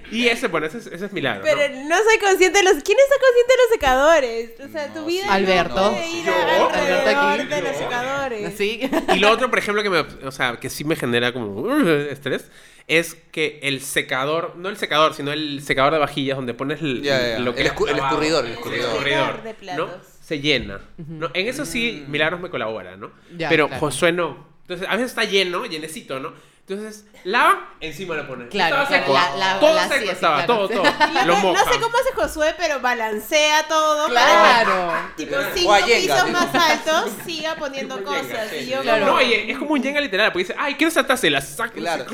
A: Y ese, bueno, ese es, ese es Milagro. ¿no?
B: Pero no soy consciente de los. ¿Quién está consciente de los secadores? O sea, tu
D: No,
B: vida.
D: sí,
B: no
C: Alberto.
B: puede ir
A: Yo,
B: alrededor
C: Alberto aquí.
B: de los secadores.
C: ¿Sí?
A: Y lo otro, por ejemplo, que me, o sea, que sí me genera como uh, estrés, es que el secador, no el secador, sino el secador de vajillas donde pones el,
D: Ya, ya, ya.
A: lo que
D: El
A: has
D: escu- el
A: lavado.
D: escurridor, el
A: El
D: escurridor.
A: escurridor,
B: de
A: ¿no?
B: platos.
A: Se llena. ¿no? En eso sí,
D: Mm.
A: Milagros me colabora, ¿no?
C: Ya,
A: Pero
C: claro.
A: Josué no. Entonces, a veces está lleno, llenecito, ¿no? Entonces, lava, encima lo pones.
C: Claro,
A: Estaba seco,
C: claro, la- la-
A: todo
C: la-
A: seco
C: sí, sí,
A: estaba,
C: claro.
A: todo, todo.
B: Yo
A: Lo
B: no- no,
A: moja.
B: sé cómo hace Josué, pero balancea todo.
C: Claro.
B: para, Tipo
D: Claro.
B: cinco
D: O a Jenga,
B: pisos
D: sí.
B: más altos, siga poniendo cosas. y yo,
C: Claro.
A: No, oye, es como un yenga literal, porque dice, ay, quiero saltarse, la saco.
D: Claro.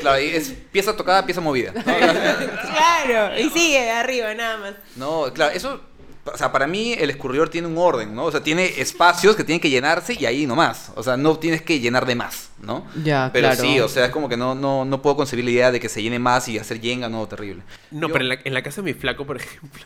D: Claro, y es pieza tocada, pieza movida.
B: claro. Y sigue arriba, nada más.
D: No, No, claro, eso. O sea, para mí el escurridor tiene un orden, ¿no? O sea, tiene espacios que tienen que llenarse y ahí nomás. O sea, no tienes que llenar de más, ¿no?
C: Ya,
D: Pero
C: claro.
D: sí, o sea, es como que no, no, no puedo concebir la idea de que se llene más y hacer yenga, no, terrible.
A: No,
D: Yo-
A: pero en la, en la casa de mi flaco, por ejemplo.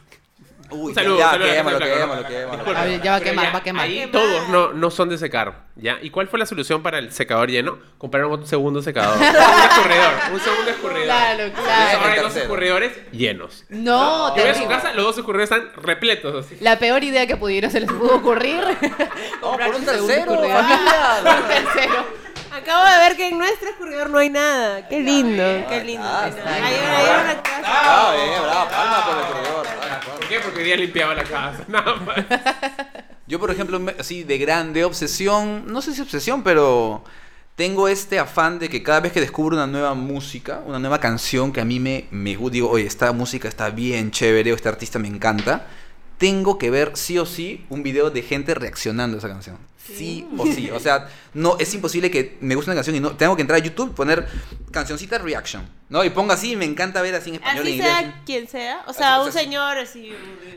D: Uy,
A: Saludos,
D: ya,
A: saludos,
D: quémalo,
A: saludos,
D: quémalo,
A: saludos.
D: quémalo.
A: Disculpa,
C: A ver, ya va a
A: pero
C: quemar, va a quemar.
A: ahí
B: Quemar.
A: todos no, no son de secar, ¿ya? ¿Y cuál fue la solución para el secador lleno? Compraron otro segundo secador. un escurridor, un segundo escurridor.
C: Claro, claro.
A: Y ahora hay dos
D: Tercero.
A: escurridores llenos.
C: No,
A: Yo voy a su
C: terrible.
A: casa, los dos escurridores están repletos así.
C: La peor idea que pudieron se les pudo ocurrir.
D: No, por un
C: segundo
D: tercero,
C: escurridor.
D: familia.
C: Un tercero.
B: Acabo de ver que en nuestro escurridor no hay nada. Qué lindo, qué lindo.
D: está,
B: Hay
D: está
B: una- hay una casa.
D: Ah, bien, bravo, palma por el escurridor. palma, palma.
A: ¿Por qué? Porque hoy día limpiaba la casa, nada más.
D: Yo, por ejemplo, me- así de grande obsesión, no sé si obsesión, pero tengo este afán de que cada vez que descubro una nueva música, una nueva canción que a mí me, me gu- digo, oye, esta música está bien chévere o este artista me encanta, tengo que ver sí o sí un video de gente reaccionando a esa canción. Sí o sí. O sea, no, es imposible que me guste una canción y no. Tengo que entrar a YouTube, poner cancioncita reaction, ¿no? Y pongo así, me encanta ver así en español, en
B: Así
D: inglés.
B: sea quien sea. O sea,
D: Así-
B: un
D: o sea,
B: señor así.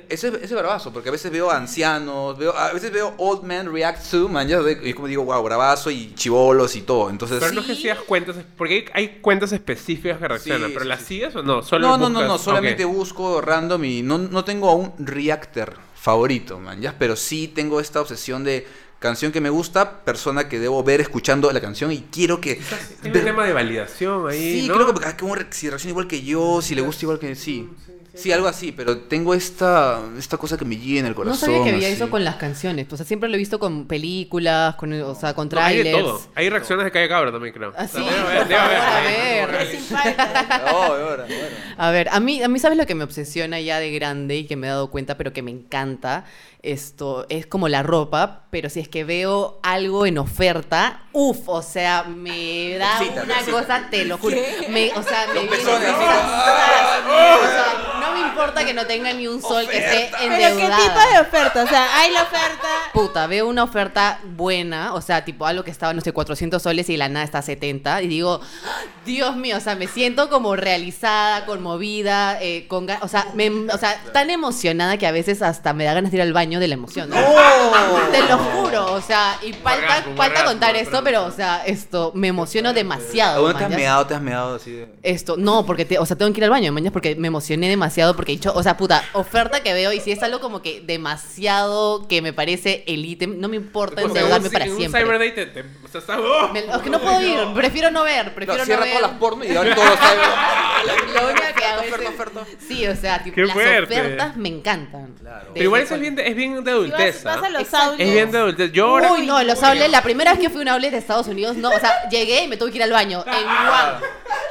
D: Eso es, eso es bravazo, porque a veces veo ancianos, veo, a veces veo old man react to, man, ya, y es como digo, wow, bravazo y chivolos y todo. Entonces,
A: Pero no es que
B: Sí.
A: sigas cuentas, porque hay, hay cuentas específicas que reaccionan,
D: Sí,
A: pero
D: sí,
A: ¿las
D: sí.
A: sigues o no? Solo
D: no, no,
A: buscas-
D: no, no, solamente
A: Ok.
D: busco random y no, no tengo a un reactor favorito, man, ya, pero sí tengo esta obsesión de canción que me gusta, persona que debo ver escuchando la canción y quiero que...
A: Tiene un tema de validación ahí,
D: Sí,
A: ¿no?
D: creo que ah, como re- si reacciona igual que yo, si le gusta igual que sí. Sí, algo así, pero tengo esta, esta cosa que me guía en el corazón.
C: No sabía que había
D: así.
C: eso con las canciones. O sea, siempre lo he visto con películas, con, o sea, con
A: No, hay de
C: trailers.
A: todo. Hay reacciones de Calle Cabra también, creo.
C: Ah, sí,
A: Debe haber,
C: por
A: debe
C: favor,
A: haber.
C: a ver.
A: Debe haber.
D: Oh, ahora, bueno.
C: A ver, a mí, a mí sabes lo que me obsesiona ya de grande y que me he dado cuenta, pero que me encanta. Esto es como la ropa, pero si es que veo algo en oferta, uff, o sea, me da
D: Excita,
C: una
D: excita.
C: cosa, te lo juro. Me, o sea, me viene
D: pezones,
C: esas-
D: así,
C: o sea, no me importa que no tenga ni un sol que esté
B: Pero qué
C: endeudada.
B: tipo de oferta, o sea, hay la oferta.
C: Puta, veo una oferta buena, o sea, tipo algo que estaba, no sé, 400 soles y de la nada está a 70. Y digo, ¡Ah! Dios mío, o sea, me siento como realizada, conmovida, eh, con ga- o, sea, me- o sea, tan emocionada que a veces hasta me da ganas de ir al baño de la emoción. ¿no?
D: ¡Oh!
C: Te lo juro, o sea, y falta,
A: Orgasmo,
C: falta
A: orgasmo,
C: contar esto,
A: orgasmo.
C: pero, o sea, esto, me emociono demasiado.
D: ¿Alguna te has
C: mañas.
D: meado, te has meado así de...
C: Esto, no, porque, te- o sea, tengo que ir al baño, mañana porque me emocioné demasiado, porque he dicho, o sea, puta, oferta que veo y si es algo como que demasiado que me parece el ítem, no me importa
A: O sea, un-
C: endeudarme para
A: un
C: siempre.
A: Cyber Day te- te- o sea, está- ¡Oh!
C: Me- es que no puedo ir, prefiero no ver,
D: Claro,
C: prefiero no
D: cierra
C: ver.
D: todas las porno y ahora todos los cyber.
C: Lo único que a veces-
D: oferta, oferta.
C: Sí, o sea, tipo,
A: Qué
C: las
A: fuerte.
C: ofertas me encantan.
D: Claro.
A: Pero igual eso es bien, de- es bien de
B: Si vas,
A: adultez.
B: vas
A: ¿ah?
B: a los
C: Exacto.
B: outlets.
A: Es bien de adultez. Yo ahora-
C: Uy, no, los outlets, la primera vez que fui a un outlet de Estados Unidos, no, o sea, llegué y me tuve que ir al baño, en Guam,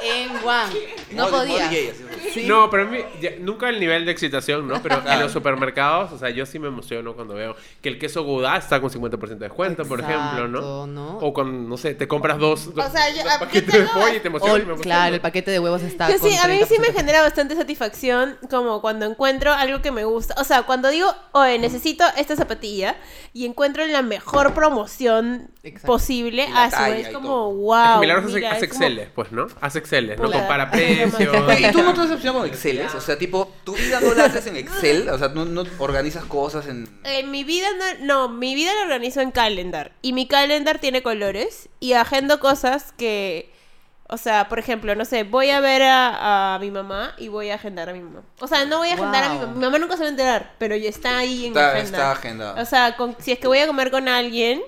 C: en Guam, no
D: Modo- modo
C: podía.
D: gay, así.
C: Sí.
A: No, pero a mí, ya- nunca el nivel de excitación, ¿no? Pero en
D: Claro.
A: los supermercados, o sea, yo sí me emociono cuando veo que el queso Gouda está con 50% de descuento, por ejemplo,
C: Exacto,
A: ¿no?
C: ¿no?
A: O con, no sé, te compras dos, dos-
B: O sea, yo-
A: dos
B: a-
A: paquetes
B: yo
A: de
B: tengo-
A: pollo y te
C: O,
A: emocionas. y me emociono.
C: claro, el paquete de huevos está
B: Yo sí,
C: con
B: a mí sí
C: 30%
B: me
C: de
B: genera bastante satisfacción como cuando encuentro algo que me gusta. O sea, cuando digo, oye,
D: Mm.
B: necesito esta zapatilla y encuentro la mejor promoción
C: Exacto.
B: posible,
D: Y la
B: a su
D: talla
B: vez
D: y todo.
A: Es
B: como,
A: que
B: wow.
A: Milagros hace,
B: mira,
A: hace
B: es como-
A: Excel, pues, ¿no? Hace Excel, ¿no?
B: Puta.
A: Compara precios.
D: Oye, ¿Y tú no te has decepcionado con Excel? O sea, tipo, tu vida no la haces en Excel, o sea, no, no organizas cosas en...
B: En eh, mi vida no, no, mi vida la organizo en calendar. Y mi calendar tiene colores y agendo cosas que, o sea, por ejemplo, no sé, voy a ver a, a mi mamá y voy a agendar a mi mamá. O sea, no voy a agendar a mi
C: Wow.
B: mamá. Mi mamá nunca se va a enterar, pero ya está ahí en mi
D: Está-
B: agenda.
D: está agendado.
B: O sea, con- si es que voy a comer con alguien,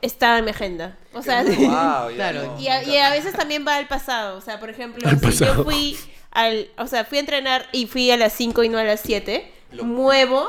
B: está en mi agenda. O sea,
D: Wow, ya
C: Claro.
D: no.
B: y, a, y a veces también va al pasado. O sea, por ejemplo,
A: Al
B: si
A: pasado.
B: yo fui al. O sea, fui a entrenar y fui a las 5 y no a las 7. Muevo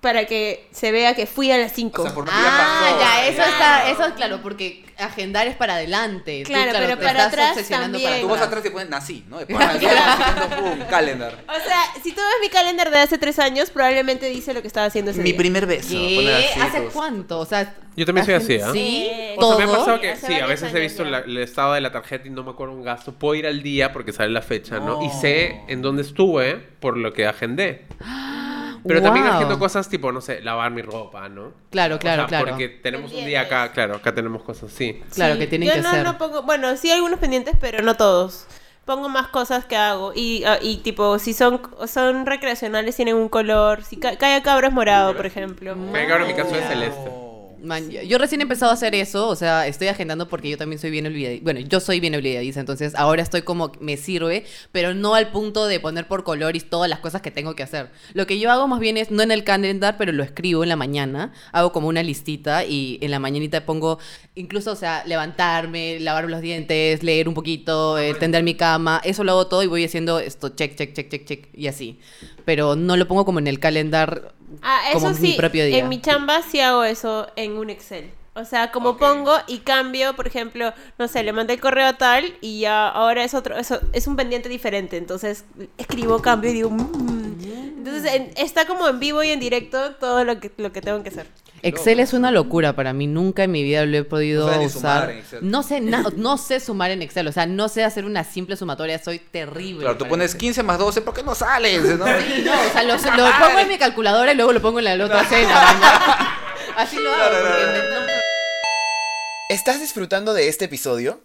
B: para que se vea que fui a las 5.
D: O sea, por- Ya
C: Ah,
D: pasó.
C: ya, eso está,
D: Claro.
C: eso claro, porque agendar es para adelante.
B: Claro, pero
C: te
B: para
C: estás
B: atrás
C: obsesionando
B: también.
D: Tú vas atrás y pones nací, ¿no? De pana, así, haciendo, pum, calendar.
B: O sea, si tú ves mi calendar de hace 3 años, probablemente dice lo que estaba haciendo ese
D: Mi
B: día.
D: primer beso. poner
C: ¿Qué?
D: así,
C: ¿Hace
D: todos.
C: cuánto? O sea,
A: Yo también soy así,
C: agen-
A: ¿ah?
C: Sí,
B: Sí.
A: O
C: todo.
A: sea, me ha pasado que
B: Hace
A: sí, a
B: varios
A: veces he
B: años
A: visto
B: ya.
A: la- el estado de la tarjeta y no me acuerdo un gasto. Puedo ir al día porque sale la fecha, ¿no? Y sé en dónde estuve por lo que agendé. Pero también
C: Guau.
A: agendo cosas tipo, no sé, lavar mi ropa, ¿no?
C: Claro,
A: O
C: claro,
A: sea,
C: claro.
A: Porque tenemos un día acá, claro, acá tenemos cosas así.
C: Claro
B: Sí,
C: que tienen
B: yo
C: que
B: no,
C: ser.
B: no pongo, bueno, sí algunos pendientes, pero no todos. Pongo más cosas que hago y, ah, y tipo, si son, son recreacionales tienen un color, si ca cae a cabra es morado, por ejemplo.
A: Me cago en mi caso este. de celeste.
C: Man, yo- yo recién he empezado a hacer eso, o sea, estoy agendando porque yo también soy bien olvidadiza. Bueno, yo soy bien olvidadiza, entonces ahora estoy como me sirve, pero no al punto de poner por color y todas las cosas que tengo que hacer. Lo que yo hago más bien es no en el calendar, pero lo escribo en la mañana, hago como una listita y en la mañanita pongo incluso, o sea, levantarme, lavar los dientes, leer un poquito, eh, tender mi cama, eso lo hago todo y voy haciendo esto check, check, check, check, check y así. Pero no lo pongo como en el calendar
B: Ah, eso
C: como
B: sí,
C: mi propio día.
B: en mi chamba sí hago eso en un Excel. O sea, como
D: Ok.
B: pongo y cambio, por ejemplo, no sé, le mandé el correo a tal y ya ahora es otro, eso es un pendiente diferente. Entonces escribo, cambio y digo, "Mm". entonces en- está como en vivo y en directo todo lo que, lo que tengo que hacer.
C: Excel es una locura para mí, nunca en mi vida lo he podido
D: No sabes ni sumar
C: usar.
D: en Excel.
C: No sé na- no sé sumar en Excel, o sea, no sé hacer una simple sumatoria, soy terrible.
D: Claro, tú
C: para
D: pones
C: eso.
D: 15 más 12, ¿por qué no sales? ¿no?
C: No, o sea, lo, lo pongo en mi calculadora y luego lo pongo en la, la otra cena. ¿no? Así lo hago. porque no-
F: ¿Estás disfrutando de este episodio?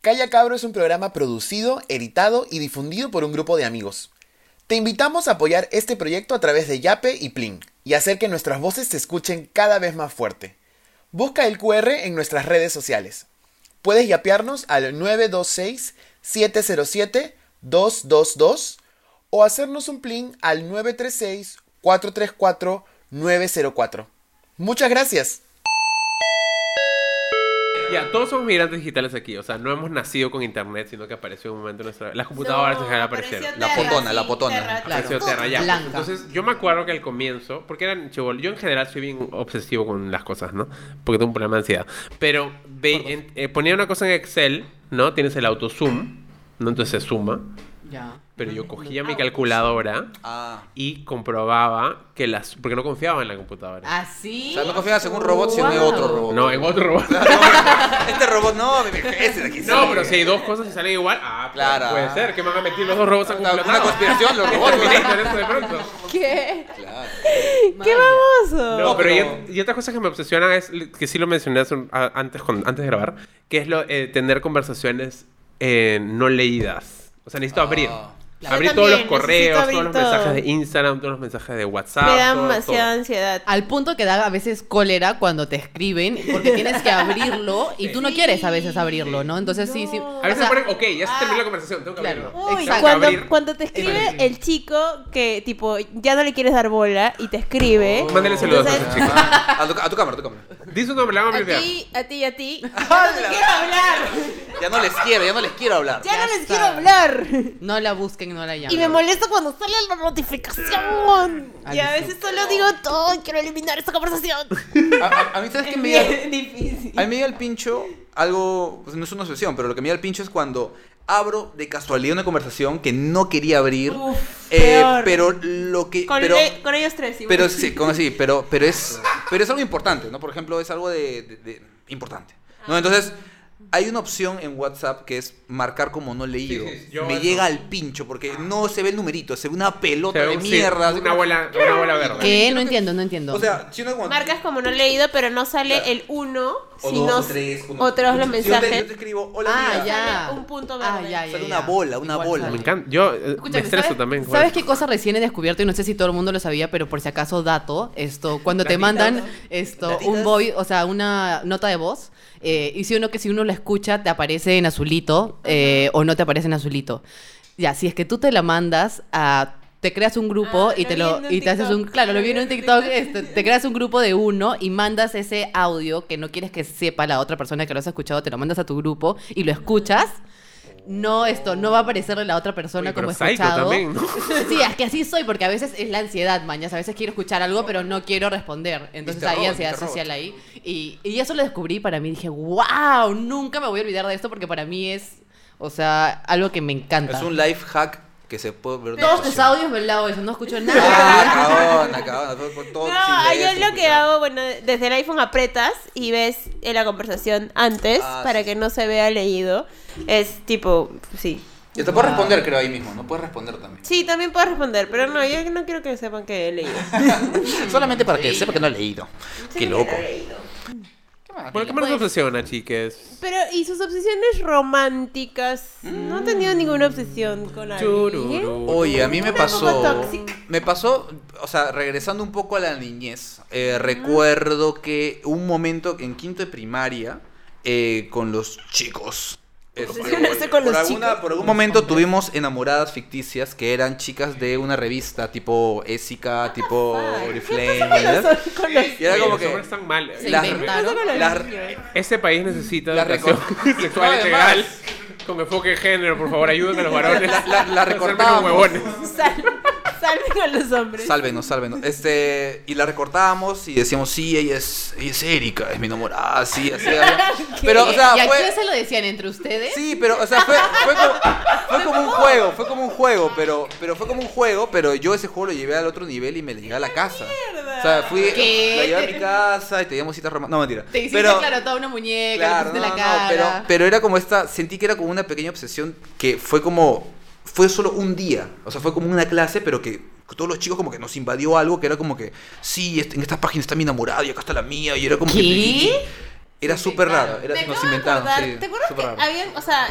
F: Calla Cabro es un programa producido, editado y difundido por un grupo de amigos. Te invitamos a apoyar este proyecto a través de Yape y Plin y hacer que nuestras voces se escuchen cada vez más fuerte. Busca el QR en nuestras redes sociales. Puedes yapearnos al 926-707-222 o hacernos un Plin al 936-434-904. Muchas gracias.
A: Ya, todos somos migrantes digitales aquí. O sea, no hemos nacido con internet, sino que apareció en un momento en nuestra. Las computadoras
B: No,
A: dejaron de aparecer.
B: apareció
D: La
B: Terra,
D: potona,
B: sí,
D: la potona.
B: Terra,
C: Claro.
A: Apareció Terra, ya.
C: Blanca.
A: Entonces, yo me acuerdo que al comienzo, porque eran chivol, yo en general soy bien obsesivo con las cosas, ¿no? Porque tengo un problema de ansiedad. Pero ve- en- eh, ponía una cosa en Excel, ¿no? Tienes el auto zoom, ¿no? Entonces se suma.
C: Ya.
A: Pero
D: Mm,
A: yo cogía mi calculadora
D: Ah.
A: y comprobaba que las. Porque no confiaba en la computadora.
C: Ah,
D: O
C: ¿Así?
D: sea, no confiabas en un robot, sino en
C: Wow.
D: otro robot.
A: No, en otro robot.
D: Este robot no, mi- ese de aquí.
A: No,
D: sale.
A: pero si hay dos cosas y salen igual, ah, pues,
D: Claro.
A: puede ser que me van a meter los dos robots a
D: Una, una conspiración, los
A: Oh,
D: robots.
A: mira, interesa de pronto.
B: ¿Qué?
D: Claro.
B: ¡Qué famoso!
A: No,
D: No,
A: pero,
D: pero-
A: Y, y otras cosas que me obsesionan es que sí lo mencioné hace un- a- antes, con- antes de grabar, que es lo, eh, tener conversaciones eh, no leídas. O sea, necesito
D: Ah.
A: abrir.
B: Claro.
A: Abrir
B: Yo
A: todos los
B: también, necesito
A: correos,
B: abrir
A: todos los
B: todo.
A: mensajes de Instagram, todos los mensajes de WhatsApp.
B: Me
A: todo,
B: da
A: todo.
B: demasiada ansiedad.
C: Al punto que da a veces cólera cuando te escriben, porque tienes que abrirlo y tú no quieres a veces abrirlo, ¿no? Entonces sí, sí.
A: A veces
C: O sea, ah,
A: ponen, ok, ya se terminó la conversación, tengo que
C: claro.
A: abrirlo.
B: Uy,
C: Exacto.
A: Abrir.
B: cuando, cuando te escribe
A: Abrir.
B: el chico que, tipo, ya no le quieres dar bola y te escribe.
A: Oh. Mándale saludos a
B: Entonces,
A: ese chico.
D: Ah, A tu, a tu cámara, a tu cámara.
A: Dice un nombre, la vamos a
B: A
A: bloquear.
B: ti, a ti y a ti. Ya
D: ¡Hala!
B: no te quiero hablar.
D: Ya no les quiero, ya no les quiero hablar.
B: Ya,
C: Ya
B: no les
C: está.
B: quiero hablar.
C: No la busquen, no la llamen.
B: Y me molesta cuando sale la notificación. Y a
C: Ay,
B: veces solo digo todo, quiero eliminar esta conversación.
D: A, a- a mí, ¿sabes qué me llega?
B: Bien difícil.
D: A mí me llega el pincho algo, pues, no es una obsesión, pero lo que me llega el pincho es cuando abro de casualidad una conversación que no quería abrir, eh,
B: peor.
D: pero lo que...
B: Con,
D: pero,
B: le- con ellos tres. igual.
D: Pero sí, como así, pero, pero es pero es algo importante, ¿no? Por ejemplo, es algo de, de- de- importante. ¿No? Entonces, hay una opción en WhatsApp que es marcar como no leído.
A: Sí, sí, yo
D: Me
A: eso.
D: llega al pincho porque no se ve el numerito, se ve una pelota
A: Se ve
D: de
A: un- sí,
D: mierda. así
A: Una
D: como-
A: bola, una bola verde.
C: ¿Qué? No entiendo, no entiendo.
D: O sea, si uno cuando-
B: Marcas como no leído, pero no sale
D: Claro.
B: el uno,
D: o
B: sino
D: dos, o tres, uno-
B: otros los
D: Si yo te- yo te,
B: mensajes.
D: escribo, hola,
C: ah,
D: amiga.
C: ya.
B: Un punto
C: ah,
B: verde.
C: ya, ya,
D: Sale
C: ya.
D: una bola, una
C: Igual
D: bola.
C: sale.
A: Me encanta. Yo eh, me
C: Escúchame,
A: estreso
C: ¿sabes,
A: también. con
C: ¿Sabes
A: esto.
C: qué cosa recién he descubierto? Y no sé si todo el mundo lo sabía, pero por si acaso, dato, esto, cuando te mandan esto, un
D: Datitas.
C: voice, o sea, una nota de voz, eh, y si uno que si uno la escucha, te aparece en azulito, eh, o no te aparece en azulito. Ya, si es que tú te la mandas a. Te creas un grupo
B: Ah,
C: y
B: lo
C: te
B: vi
C: lo
B: en un
C: y te haces un
B: TikTok.
C: claro, lo vi en un TikTok, este, te creas un grupo de uno y mandas ese audio que no quieres que sepa la otra persona que lo has escuchado, te lo mandas a tu grupo y lo escuchas. No, esto no va a aparecerle a la otra persona
A: Oye, pero
C: como
A: psycho
C: escuchado.
A: también, ¿no?
C: Sí, es que así soy, porque a veces es la ansiedad, mañas. A veces quiero escuchar algo, pero no quiero responder. Entonces
D: Mr.
C: hay
D: Robot,
C: ansiedad
D: Mr. Robot.
C: social ahí. Y, y eso lo descubrí para mí. Dije, wow, nunca me voy a olvidar de esto, porque para mí es, o sea, algo que me encanta.
D: Es un life hack que se puede ver.
C: Todos tus audios me lavo eso, no escucho nada.
D: Ah, cabrón, cabrón. todo- todo
B: No,
D: sin leer,
B: yo
D: sin
B: lo que
D: escuchar.
B: hago, bueno, desde el iPhone apretas y ves en la conversación antes
D: Ah,
B: para
D: sí.
B: que no se vea leído. Es tipo, sí.
D: Y te puedo responder, creo, ahí mismo. No puedes responder también.
B: Sí, también puedes responder, pero no, yo no quiero que sepan que he leído.
D: Solamente para que sepa que no he leído.
B: Sí,
D: Qué loco.
B: que he leído.
A: ¿Por
C: Pues
A: qué me nos obsesiona, chiques?
B: Pero, ¿y sus obsesiones románticas? No he tenido ninguna obsesión con alguien.
A: Chururu.
D: Oye, a mí me
B: Una poco
D: pasó.
B: tóxica.
D: Me pasó, o sea, regresando un poco a la niñez. eh, Recuerdo que un momento en quinto de primaria, eh, con los chicos.
B: Pues
D: este,
B: Obsesionarse con
D: por,
B: los
D: alguna-
B: chicos.
D: por algún momento tuvimos enamoradas ficticias que eran chicas de una revista tipo Ésica, tipo Oriflame. ¿verdad?
B: Con los-
D: Y era
A: Oye,
D: como
A: los hombres
D: que
A: están mal. eh.
C: Se
D: Las-
C: inventaron.
B: con los
D: las-
B: niños.
A: Este país necesita
D: La
A: educación
D: reco-
A: sexual
D: No, además.
A: integral con enfoque de género. Por favor, ayuden a los varones.
D: La-
A: a
D: la- la
A: ser menos
D: recortábamos.
A: huevones.
B: Sal- Salven con los hombres.
D: Sálvenos, sálvenos. Este, y la recortábamos y decíamos, sí, ella es, ella es Erika, es mi enamorada, sí, así. así. Pero, o sea,
C: ¿Y a quién
D: fue.
C: se lo decían entre ustedes?
D: Sí, pero, o sea, fue, fue como, fue como un juego, fue como un juego, pero, pero fue como un juego, pero yo ese juego lo llevé al otro nivel y me lo llevé a la casa. O sea, fui,
C: ¿Qué?
D: la llevé a mi casa y teníamos citas románticas. No, mentira.
C: Te hiciste,
D: pero,
C: claro, toda una muñeca,
D: Claro,
C: le pusiste
D: no,
C: la
D: no, no,
C: cara.
D: pero, pero era como esta, sentí que era como una pequeña obsesión que fue como, fue solo un día, o sea, fue como una clase, pero que todos los chicos como que nos invadió algo que era como que, sí, este- en esta página está mi enamorada y acá está la mía, y era como que-
C: ¿Qué?
D: Era súper raro, era,
B: Me
D: nos
B: acabo de
D: inventaron,
B: acordar,
D: sí,
B: ¿Te acuerdas que
D: súper raro.
B: había, o sea,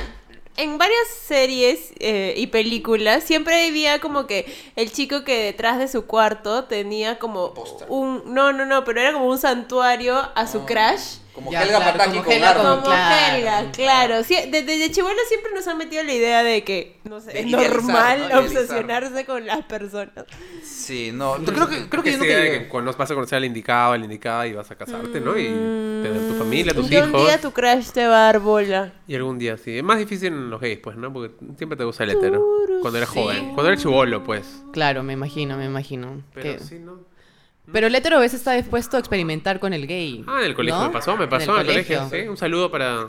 B: en varias series eh, y películas siempre había como que el chico que detrás de su
D: Ah.
B: cuarto tenía como un, no, no, no, pero era como un santuario a su crush
D: Como
C: Ya,
D: Helga
C: claro,
D: Pataki
C: como
D: con
C: Helga
D: Arnold.
B: Como
C: Oh, claro,
B: Helga, claro. Sí, desde de chibola siempre nos han metido la idea de que, no sé,
D: De
B: es
D: idealizar,
B: normal
D: ¿no? Idealizar.
B: obsesionarse con las personas.
D: Sí, no. Tú- Creo que, creo que yo
A: Esta
D: nunca
A: idea de
D: llegué.
A: Este, que cuando vas a conocer al indicado, al indicada y vas a casarte, ¿no? Y tener tu familia, tus
B: Y un
A: hijos.
B: día tu crush te va a dar bola.
A: Y algún día sí. Es más difícil en los gays, pues, ¿no? Porque siempre te gusta el hetero.
B: Turu,
A: Cuando eres
C: sí.
A: joven. Cuando eres chubolo, pues.
C: Claro, me imagino, me imagino.
A: Pero
C: Que-
A: sí, ¿no?
C: Pero el hetero a veces está dispuesto a experimentar con el gay.
A: Ah, en el colegio
C: ¿no?
A: me pasó, me
C: En
A: pasó en el colegio. sí. Un saludo para.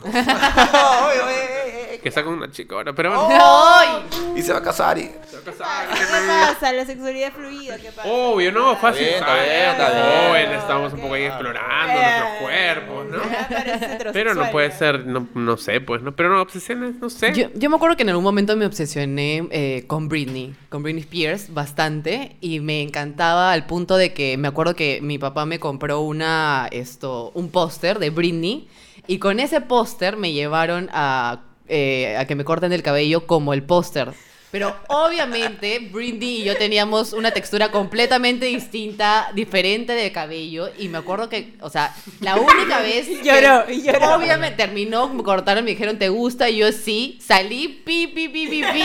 D: eh,
A: que saca una chica ahora.
D: Oh.
A: Pero bueno.
C: ¡Ay!
D: Y se va a casar y.
A: se va a
B: ¿Qué
A: casar.
B: pasa? La sexualidad fluida, ¿qué pasa?
A: Obvio, no, fácil. Eh,
D: bien, está bien, está
A: Ay,
D: bien.
A: joven, estamos un poco ahí explorando
C: Eh,
A: nuestros cuerpos, ¿no?
B: ¿no?
A: Pero no puede ser, no, no sé, pues, ¿no? Pero no, obsesiones, no sé.
C: Yo, yo me acuerdo que en algún momento me obsesioné eh, con Britney, con Britney Spears bastante y me encantaba al punto de que me acuerdo que mi papá me compró una esto un póster de Britney y con ese póster me llevaron a eh, a que me corten el cabello como el póster. Pero obviamente Britney y yo teníamos una textura completamente distinta, diferente de cabello y me acuerdo que, o sea, la única vez que-
B: Lloró, y lloró.
C: Obviamente terminó, me cortaron, me dijeron, ¿te gusta? Y yo sí, salí, pi, pi, pi, pi, pi, pi,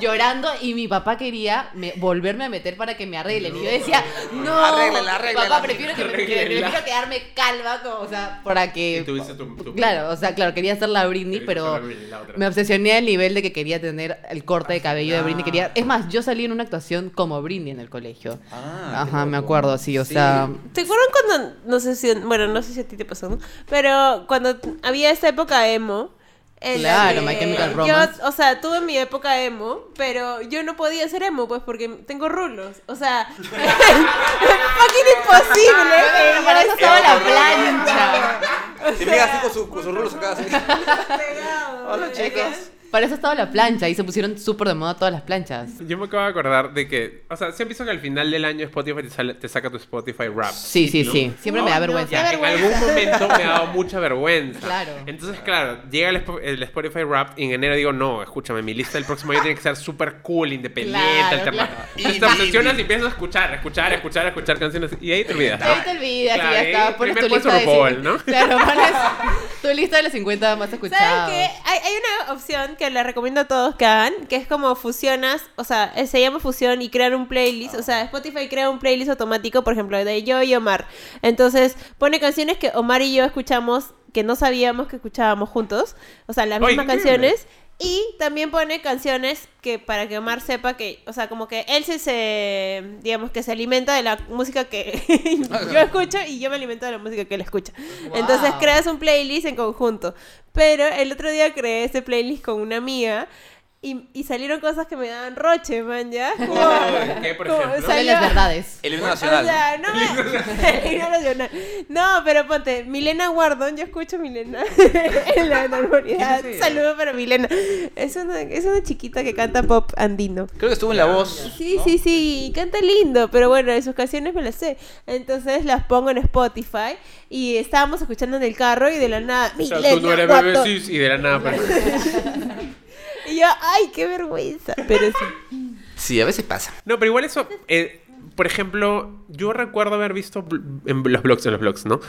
C: llorando. Y mi papá quería me- volverme a meter para que me arreglen. Y yo decía, no,
D: Arréglala, arréglala.
C: papá, prefiero, que me- que-
A: Arréglala.
C: prefiero quedarme calva, como, o sea, para
A: Y
C: que...
A: tú dices tu- tu-
C: Claro, o sea, claro, quería hacer la Britney,
A: Querías
C: pero
A: hacer la Britney, la otra.
C: me obsesioné al nivel de que quería tener el corte de cabello de Britney. Quería... Es más, yo salí en una actuación como Britney en el colegio.
D: Ah,
C: Ajá,
D: qué
C: me
D: loco.
C: acuerdo, sí, o
D: Sí.
C: sea...
B: ¿Te acuerdan cuando, no sé si, bueno, no sé si a ti te pasó, ¿no? Pero cuando t- había esta época emo. en la
C: Claro,
B: que
C: My Chemical
B: yo,
C: Romance.
B: o sea, tuve mi época emo, pero yo no podía ser emo, pues, porque tengo rulos. O sea, fucking imposible.
C: Pero para eso estaba la plancha.
D: Y mira así con, su, con sus rulos acá. Así.
B: Hola, chicos.
C: Para eso estaba la plancha y se pusieron súper de moda todas las planchas.
A: Yo me acabo de acordar de que, o sea, si han visto que al final del año Spotify te, sale- te saca tu Spotify rap.
C: Sí, sí, sí. Siempre me da
B: No,
C: vergüenza.
B: Qué
A: Ya, en
B: vergüenza.
A: algún momento me ha dado mucha vergüenza.
C: Claro.
A: Entonces, claro, llega el, Spo- el Spotify rap y en enero digo, no, escúchame, mi lista del próximo año tiene que ser súper cool, independiente,
C: Claro,
A: alternativa.
C: claro.
A: Entonces te obsesionas y empiezas a escuchar, a escuchar, a escuchar, a escuchar canciones y ahí te olvidas.
C: Ahí te olvidas
A: Claro,
C: y ya
A: ahí
C: está. Pones tu
A: primer
C: lista
A: puesto
C: de
A: RuPaul, ¿no?
C: Claro, pones tu lista de las 50 más escuchadas.
B: ¿Sabes qué? Hay, hay una opción que les recomiendo a todos que hagan, que es como fusionas, o sea, eh, se llama fusión y crean un playlist, o sea, Spotify crea un playlist automático, por ejemplo, de yo y Omar. Entonces, pone canciones que Omar y yo escuchamos que no sabíamos que escuchábamos juntos, o sea, las
A: Oye,
B: mismas
A: qué
B: canciones. Y también pone canciones que para que Omar sepa que, o sea, como que él se, se digamos, que se alimenta de la música que yo escucho y yo me alimento de la música que él escucha. Entonces
C: Wow.
B: creas un playlist en conjunto. Pero el otro día creé ese playlist con una amiga y, y salieron cosas que me daban roche, man, ya.
A: Uy, ¿qué, por
B: Como
A: ejemplo?
C: Dime
B: salió-
C: las verdades.
D: El himno
B: o
D: nacional.
B: sea, no, me- El himno nacional. no, pero ponte, Milena Guardón, yo escucho a Milena en la normalidad.
A: ¿Quién es ella?
B: Saludo para Milena. Es una, es una chiquita que canta pop andino.
D: Creo que estuvo en la voz.
B: Sí, sí, sí, y canta lindo, pero bueno, de sus canciones me las sé. Entonces las pongo en Spotify y estábamos escuchando en el carro y de la nada,
A: O sea, Ah, tú no
B: Milena
A: eres
B: Guardón.
A: bebé, sí, y de la nada. pero-
B: Y yo, ay, qué vergüenza. Pero sí.
D: Sí, a veces pasa.
A: No, pero igual eso, eh, por ejemplo, yo recuerdo haber visto bl- en los blogs, en los blogs, ¿no?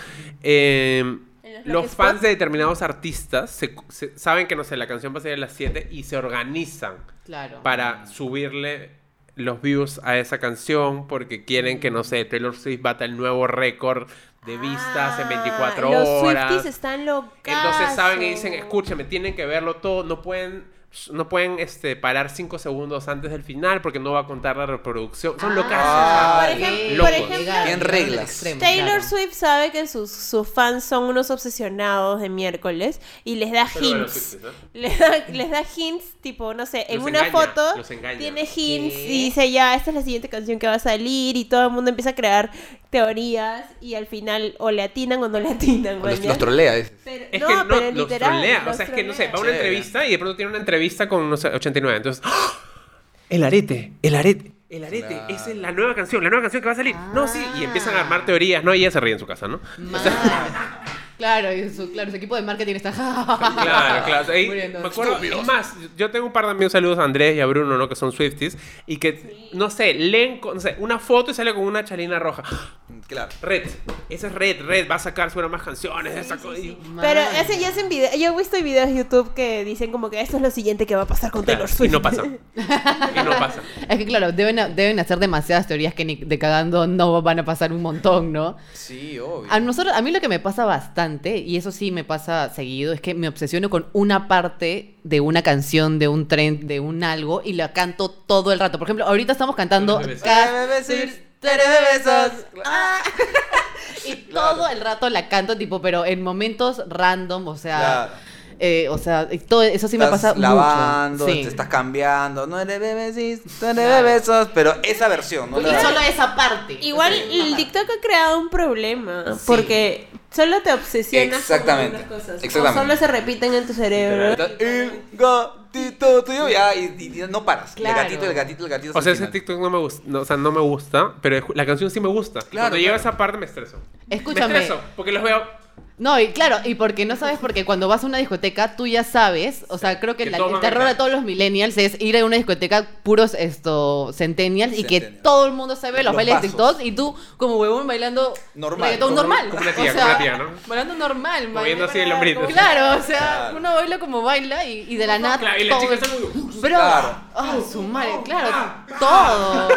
A: Eh,
B: ¿En
A: los
B: los blogspot?
A: fans de determinados artistas se- se- saben que, no sé, la canción va a salir a las 7 y se organizan
C: Claro.
A: para subirle los views a esa canción porque quieren que, no sé, Taylor Swift bata el nuevo récord de vistas en 24 horas.
B: Ah, Los Swifties están locos.
A: Entonces saben y dicen, escúchame, tienen que verlo todo, no pueden, no pueden este, parar cinco segundos antes del final porque no va a contar la reproducción. Son locas.
D: Ah,
B: Por ejem-
A: locos.
B: por ejemplo,
D: Tienen reglas.
B: Taylor Swift sabe que sus, sus fans son unos obsesionados de miércoles y les da
A: Solo de los
B: hints.
A: Swifties, ¿eh? ¿no?
B: Les da, les da hints, tipo, no sé, en
A: Los
B: una
A: engaña,
B: foto
A: los engaña.
B: tiene hints
C: ¿Qué?
B: y dice ya, esta es la siguiente canción que va a salir y todo el mundo empieza a crear teorías y al final o le atinan o no le atinan.
D: Los,
B: maña.
D: los trolea. dice.
B: Pero-
A: Es
B: no,
A: que no,
B: pero
A: los
B: literal,
A: trolea. O
B: los
A: sea, es que no sé,
B: trolea.
A: va a una
D: Sí.
A: entrevista y de pronto tiene una entrevista con, no sé, 89. Entonces, ¡ah! el arete, el arete, el arete,
D: Claro.
A: esa es la nueva canción, la nueva canción que va a salir. No, sí,
B: Ah.
A: y empiezan a armar teorías, ¿no? Y ella se ríe en su casa, ¿no?
C: Claro, y su, claro, su equipo de marketing está.
A: Claro, claro. Ahí
C: Muriendo.
A: me acuerdo, es más, yo tengo un par de amigos, saludos a Andrés y a Bruno, ¿no? Que son Swifties. Y que, no sé, leen, con- no sé, una foto y sale con una chalina roja.
D: Claro.
A: Red. Esa es Red, Red. Va a sacar seguro más canciones. esa co-
B: Pero
C: Man.
B: ese ya es en video. Yo he visto videos de YouTube que dicen como que esto es lo siguiente que va a pasar con
A: Claro,
B: Taylor Swift.
A: y no pasa. Y no pasa.
C: Es que claro, deben, deben hacer demasiadas teorías que ni de cagando no van a pasar un montón, ¿no?
D: Sí, obvio.
C: A nosotros, a mí lo que me pasa bastante, y eso sí me pasa seguido, es que me obsesiono con una parte de una canción, de un tren, de un algo, y la canto todo el rato. Por ejemplo, ahorita estamos cantando
A: Tres veces.
C: Cas-
D: Tres veces.
C: Ah. Y todo el rato la canto, tipo, pero en momentos random, o sea,
D: Claro.
C: eh, o sea, y todo eso sí me
D: Estás
C: pasa
D: lavando,
C: mucho. Sí.
D: te estás cambiando, no le bebes, no le bebes, pero esa versión, ¿no?
C: Y
D: La-
C: solo esa parte.
B: Igual el TikTok ha creado un problema porque solo te obsesionas
D: Exactamente,
B: con algunas cosas.
D: exactamente.
B: O solo se repiten en tu cerebro.
D: El gatito tuyo, ya, y, y- y no paras.
C: Claro.
D: El gatito, el gatito, el gatito.
A: O sea,
D: hasta
A: ese
D: el final.
A: TikTok no me gusta, o sea, no me gusta, pero escu- la canción sí me gusta.
D: Claro,
A: Cuando llega
D: claro.
A: esa parte me estreso.
C: Escúchame.
A: Me estreso, porque los veo
C: No, y claro, y porque no sabes, porque cuando vas a una discoteca, tú ya sabes, o sea, creo que,
A: Que
C: la-
A: todos
C: el
A: van a
C: terror de
A: cantar.
C: todos los millennials es ir a una discoteca puros esto, centennials y que
D: Centennials.
C: todo el mundo sabe los,
D: Los
C: bailes de
D: pasos.
C: TikTok y tú como huevón bailando
D: Normal,
C: reggaetón
D: como-
C: normal.
A: como una tía,
C: o sea,
A: como una tía, ¿no?
C: Bailando normal, man.
A: Moviendo así el hombrito.
C: Claro, o sea,
D: Claro.
C: uno baila como baila y, y de la nada
A: Claro, y la
C: todo-
A: chica está como- ah.
C: Bro,
D: Claro.
C: ah, su madre, claro, todo.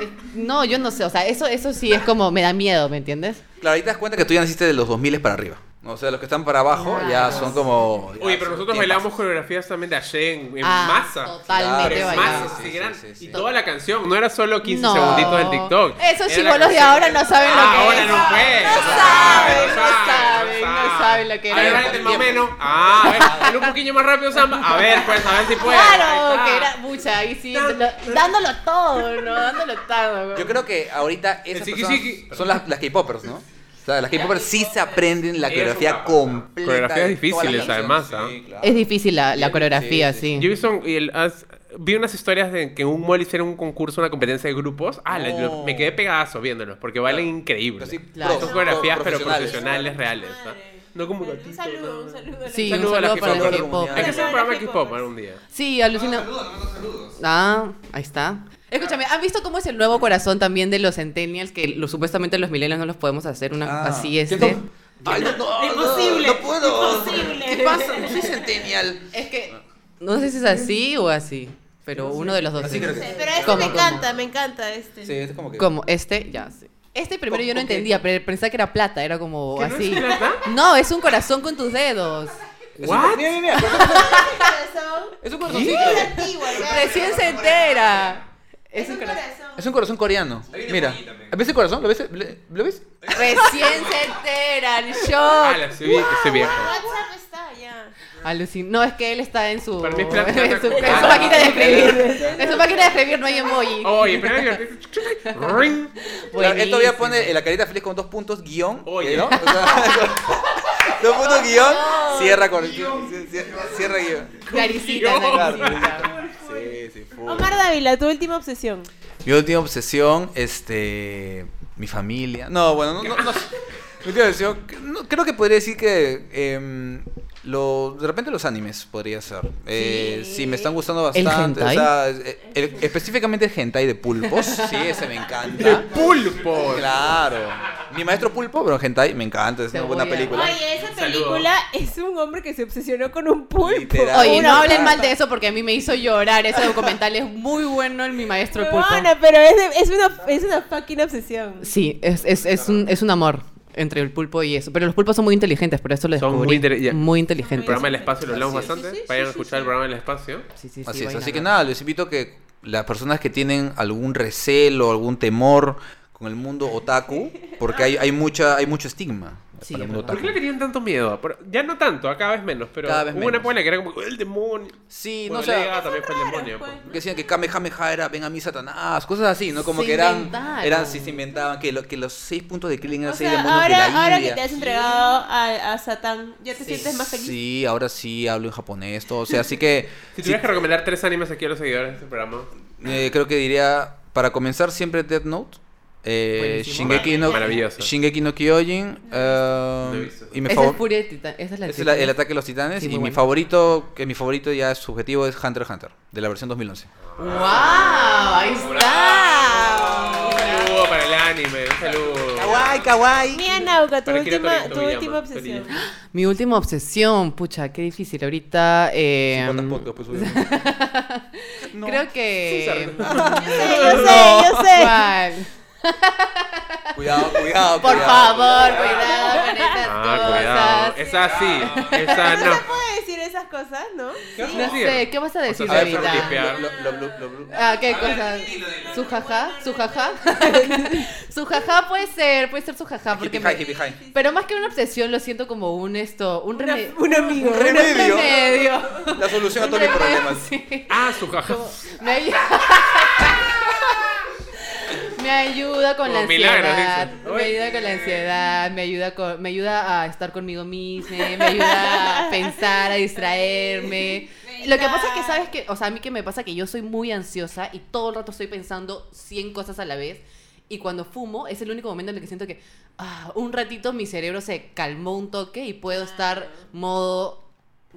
C: Eh, No, yo no sé, o sea, eso eso sí es como me da miedo, ¿me entiendes?
D: Claro, ahí te das cuenta que tú ya naciste de los 2000 para arriba. O sea, los que están para abajo ya son como. ya
A: Oye, pero
D: son
A: nosotros
D: tiempazos.
A: bailábamos coreografías también de Ayer en, en
C: Ah,
A: masa.
C: totalmente
A: Pero en
C: bailaba.
A: masa,
D: Sí,
A: así
D: sí,
A: grande.
D: sí, sí, sí.
A: Y toda la canción, no era solo 15
C: No.
A: segunditos del TikTok.
C: Esos
A: Era
C: chibolos
A: la
C: de
A: canción
C: ahora no saben lo
A: Ah,
C: que
A: ahora
C: es.
A: no fue.
C: No saben, no saben, no saben lo que era.
A: A ver, más o menos. Ah, a ver, hazlo un poquillo más rápido, Samba. A ver, pues, a ver si puedes. Ahí
C: Claro,
A: está.
C: que era mucha, ahí sí,
A: Tan-
C: lo- dándolo todo, ¿no? Dándolo todo.
D: Yo creo que ahorita esas
A: El
D: personas
A: chiqui, chiqui.
D: son las, las K-popers, ¿no? O sea, las K-popers sí se aprenden la
A: Ellas
D: coreografía
A: son
D: completa.
A: Coreografías
D: de todas las
A: difíciles,
D: canciones.
A: además, ¿ah?
D: Sí, claro.
C: Es difícil la, la coreografía,
D: sí,
C: sí.
A: Yo he visto un- y el- has- vi unas historias de que en un mall hicieron un concurso, una competencia de grupos. Ah, la-
D: No.
A: me quedé pegadazo viéndolos, porque bailan increíble.
D: Pero sí,
C: Claro.
D: pro-
A: Son coreografías, pero
D: profesionales.
A: profesionales, reales. ¿no? No como gatito.
B: Un saludo,
A: no.
B: un saludo.
C: Sí,
A: Saludo
C: un
A: a la
C: saludo para el
D: K-popers.
C: K-pop.
A: Hay que hacer un programa de
B: Saludos.
A: K-pop algún día.
C: Sí, alucina. Ah, ahí está. Escúchame, ¿han visto cómo es el nuevo corazón también de los centennials? Que lo- supuestamente los millennials no los podemos hacer una,
D: Ah.
C: así
D: ¿Qué
C: este.
D: no? Ay, no, no,
B: Imposible,
D: No, no puedo.
B: imposible.
D: ¿Qué pasa? No soy centennial.
C: Es que no sé si es así o así, pero uno de los dos.
D: Así
C: es.
D: creo que
B: Sí, Pero este
C: ¿Cómo,
B: me
C: cómo?
B: encanta, me encanta este.
D: Sí, es como que.
C: Como este, ya. sí. Este primero yo no
D: Ok.
C: entendía, pero pensaba que era plata, era como
A: Oh, ¿Que no
C: así.
A: es plata?
C: No, es un corazón con tus dedos.
A: ¿What?
D: Mira, mira, mira.
B: corazón.
D: Es un corazoncito.
B: Es antiguo, ¿verdad?
C: Recién se entera.
B: Es un
C: corazón.
B: corazón.
D: Es un corazón coreano. Mira. ¿Ves el corazón? ¿Lo ves? ¿Le- ¿Lo ves?
C: Recién se enteran.
A: Ah,
C: Yo.
A: la soy, soy viejo.
B: WhatsApp está ya.
C: Alucin. No, es que él está en su.
A: Para mí es plata.
C: en su, en su
A: Ah.
C: máquina de escribir. En su máquina de escribir no hay emoji.
A: Oye, pero era divertido. Ring.
D: Claro, él todavía
C: Buenísimo.
D: pone eh, la carita feliz con dos puntos guión.
A: Oye.
D: eh, ¿no? O sea, dos puntos guión. Cierra con. cie- cie- Cierra guión.
C: Claricita,
A: Dios.
C: claricita.
D: Sí, sí,
A: Oh.
D: full.
B: Omar Dávila, tu última obsesión.
D: Mi última obsesión, este. Mi familia. No, bueno, no. no, no sé. mi última obsesión. no, creo que podría decir que. em, lo- de repente los animes podría ser. Eh, sí.
B: Sí.
D: me están gustando
C: ¿El
D: bastante. o
C: hentai?
D: sea, eh, el- específicamente el hentai de pulpos. Sí, ese
A: De
D: me encanta.
A: pulpo.
D: Claro. Mi maestro pulpo, pero hentai me encanta. Es
C: Te
D: una buena
C: voy a-
D: película.
B: Oye, esa
A: Un
B: película es un hombre que se obsesionó con un pulpo.
D: Literal.
C: Oye,
B: Una
C: no hablen
B: pulpa.
C: mal de eso porque a mí me hizo llorar. Ese documental es muy bueno en mi maestro el pulpo.
B: Huevona, pero es, de- es, una, es una fucking obsesión.
C: Sí, es, es, es, un, es un amor entre el pulpo y eso. Pero los pulpos son muy inteligentes, por eso lo
A: Son
C: descubrí.
A: muy inte- ya.
C: Muy
A: El
C: inteligentes.
A: programa del espacio lo hablamos bastante.
B: Sí, sí, sí,
A: Vayan a
B: sí,
A: escuchar el
B: sí.
A: programa del espacio.
C: Sí, sí, sí,
D: Así es,
C: vaina.
D: así que nada, les invito que las personas que tienen algún recelo, algún temor con el mundo otaku, porque hay, hay mucha, hay mucho estigma
C: Sí,
D: para el
C: es
D: mundo
C: verdad.
A: ¿Por qué
D: otaku.
A: le tenían tanto miedo? Pero ya no tanto, a cada vez menos, pero
D: Cada vez
A: hubo una
D: menos.
A: época en la que era como "Oh, el demonio.
D: Sí, no
A: Bueno,
D: o sea,
A: Lea también fue el
B: raros,
A: demonio.
B: pues,
A: pues.
D: que decían que Kamehameha era ven a mí Satanás, cosas así, ¿no? Como
C: Se
D: que eran,
C: inventaron.
D: eran sí se inventaban que, lo- que los seis puntos de Killing eran
B: O
D: seis
B: sea,
D: demonios de
B: ahora,
D: la
B: ahora que
D: India.
B: te has entregado a, a Satán, ¿ya te sientes más feliz?
D: Sí, ahora sí hablo en japonés, todo, o sea, así que
A: Si
D: sí,
A: tuvieras que recomendar tres animes aquí a los seguidores de este programa,
D: eh, creo que diría para comenzar siempre Death Note. Eh,
C: Buenísimo.
D: Shingeki no,
A: Maravilloso.
D: Shingeki no Kyojin eh,
A: No he visto.
D: y me
C: Esa es
D: favor-
C: Furia de Titán- Esa es la
D: Ese
C: de
D: Es la- el
C: Titán.
D: ataque de los titanes
C: Sí,
D: y
C: muy
D: mi
C: bueno.
D: favorito, que mi favorito ya es subjetivo, es Hunter x Hunter, de la versión 2011.
C: ¡Wow! Ahí está.
A: Un saludo para el Uh, anime, un saludo.
D: Ay, kawaii.
B: Mía Nauca, tu
A: Para que ir a
B: última,
A: Toriyama,
B: tu última
A: Toriyama.
B: obsesión.
C: Mi última obsesión, pucha, qué difícil ahorita. eh,
D: ¿Cuántos podcasts, pues, obviamente?
C: Creo que.
B: Yo sé, yo sé, yo sé.
C: ¿Cuál?
D: Cuidado, cuidado,
C: Por
D: cuidado. Ah,
C: favor, cuidado con estas
A: Ah, cuidado.
C: cosas.
A: Esa sí, esa
B: No
A: no.
B: se puede decir esas cosas, ¿no?
A: ¿Qué vas a
C: No
A: decir?
C: sé, ¿qué vas a
D: O sea,
C: decir
D: a ver,
A: ahorita.
D: pero lo- lo- lo- lo- lo-
C: Ah, ¿qué cosa? ¿Su jajá? ¿Su jajá? su jajá puede ser, puede ser su jajá. Porque
D: Hippie
C: me-
D: high, hippie high.
C: Pero más que una obsesión, lo siento como un esto, un,
B: Una-
C: remedio.
B: un amigo.
D: Un remedio.
C: remedio.
D: La solución a todos mis
C: Un remedio,
D: problemas.
C: sí.
A: Ah, su jaja.
C: Como- me ayuda. Me ayuda con
A: Como
C: la
A: milagro,
C: ansiedad,
A: dice.
C: me ayuda con la ansiedad, me ayuda con, me ayuda a estar conmigo misma, me ayuda a pensar, a distraerme. Lo que pasa es que sabes que, o sea, a mí que me pasa que yo soy muy ansiosa y todo el rato estoy pensando 100 cosas a la vez. Y cuando fumo es el único momento en el que siento que ah, un ratito mi cerebro se calmó un toque y puedo estar modo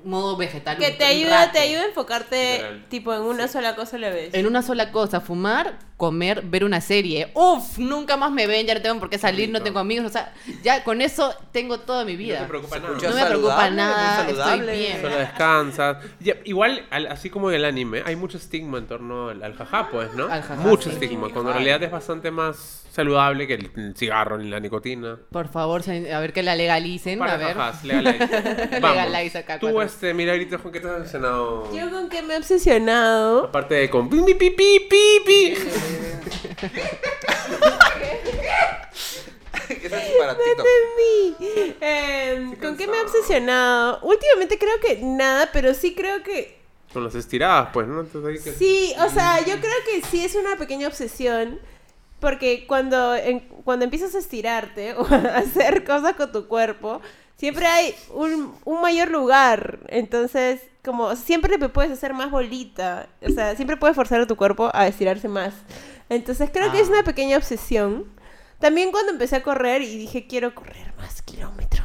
C: modo vegetal.
B: Que
C: un-
B: te
C: un
B: ayuda,
C: rato.
B: te ayuda a enfocarte
A: Literal.
B: tipo en una sola cosa a la vez.
C: En una sola cosa, fumar, comer, ver una serie. Uf, nunca más me ven, ya no tengo por qué salir, no
A: Rico.
C: tengo amigos, o sea, ya con eso tengo toda mi
A: No te
C: vida.
A: preocupes nada.
D: escucha
C: No me preocupa
D: saludable,
C: nada,
D: muy
C: estoy
D: saludable.
C: bien.
A: Solo descansas. Y- igual, al- así como en el anime, hay mucho estigma en torno al, al jajá, pues, ¿no?
C: Al jajá,
A: mucho
C: sí.
A: estigma, cuando en realidad es bastante más saludable que el, el cigarro ni la nicotina.
C: Por favor, se- a ver que la legalicen,
A: Para
C: a ver.
A: jajás, legalize.
C: Legalize acá,
A: Vamos. Tú,
C: cuatro.
A: este, Miragrito, Juan, ¿qué te has obsesionado?
B: Yo con que me he obsesionado.
A: Aparte de con pi, pi, pi, pi, pi, pi.
D: Eso es para TikTok.
B: mí. Em, ¿Con qué me he obsesionado? Últimamente creo que nada, pero sí creo que.
A: Con las estiradas, pues, ¿no? Entonces ahí que-
B: Sí, o sea, yo creo que sí es una pequeña obsesión. Porque cuando, en- cuando empiezas a estirarte o a hacer cosas con tu cuerpo, siempre hay un, un mayor lugar. Entonces, como siempre te puedes hacer más bolita. O sea, siempre puedes forzar a tu cuerpo a estirarse más. Entonces, creo que es una pequeña obsesión. También cuando empecé a correr y dije, quiero correr más kilómetros.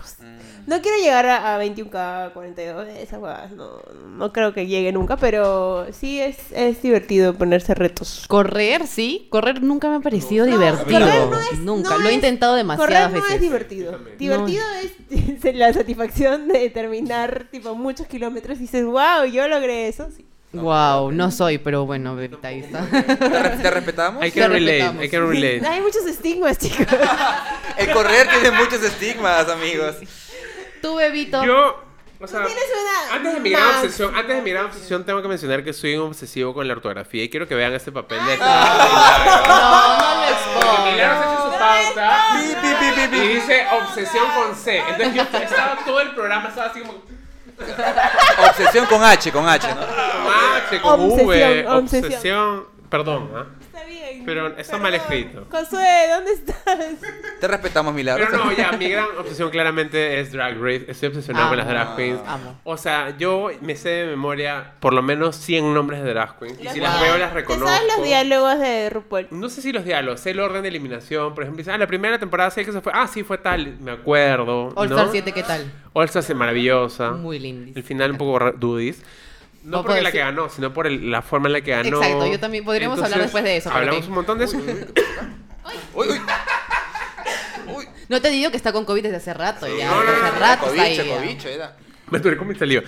B: No quiero llegar a, a 21K, 42, esas huevas, no, no creo que llegue nunca, pero sí es, es divertido ponerse retos.
C: Correr, sí, correr nunca me ha parecido
B: No,
C: divertido.
B: correr no es-
C: nunca,
B: no
C: lo he
B: es-
C: intentado demasiadas
B: Correr no
C: veces.
B: es divertido.
A: también.
B: Divertido es, es la satisfacción de terminar tipo muchos kilómetros y dices, wow, yo logré eso. Sí.
C: Wow, no soy, pero bueno, bebita, ahí está.
D: ¿Te, re- te respetamos?
A: I
C: Lo
A: can relate,
C: respetamos.
A: I can relate.
B: Hay muchos estigmas, chicos.
D: El correr tiene muchos estigmas, amigos.
C: Tú, bebito.
A: Yo, o sea,
B: tienes una-
A: antes de mi gran
B: más.
A: obsesión, antes de mi gran obsesión, tengo que mencionar que soy un obsesivo con la ortografía y quiero que vean este papel de.
B: Ah,
C: No, no lo
A: Milagros
C: expongo.
A: ha hecho su pauta
D: Pi, pi, pi, pi,
A: y
D: pi.
A: dice obsesión con C. Entonces yo estaba todo el programa, estaba así como.
D: Obsesión con H, con H, ¿no?
A: Mache, "Ah, con V,
B: Obsesión, obsesión.
A: obsesión. Perdón, ¿ah?
B: Está bien.
A: Pero está mal escrito.
B: Josué, ¿dónde estás?
D: Te respetamos, Milagros.
A: Pero no, ya, mi gran obsesión claramente es Drag Race. Estoy obsesionado con las
C: Amo,
A: drag queens.
C: amo.
A: O sea, yo me sé de memoria por lo menos 100 nombres de drag queens. Y si las
C: Wow.
A: veo, las
B: ¿Te
A: reconozco.
B: sabes los diálogos de RuPaul?
A: No sé si los diálogos, sé el orden de eliminación. Por ejemplo, dicen, ah, la primera temporada sé que se fue. Ah, sí, fue tal. Me acuerdo.
C: All
A: ¿no?
C: Star 7, ¿qué tal?
A: All Stars es maravillosa.
C: Muy lindis.
A: El final un poco ra- dudis. No
C: No
A: porque
C: puedo
A: la que
C: decir-
A: ganó, sino por el- la forma en la que ganó.
C: Exacto, yo también- podríamos hablar después de eso, porque-
A: Hablamos un montón de eso.
D: Uy, uy. Uy.
C: No te digo que está con COVID desde hace rato ya.
A: no, no,
C: desde hace
A: no,
C: rato está ahí.
D: Coviche,
C: ya.
D: coviche, era.
A: Me aturé con mi saliva.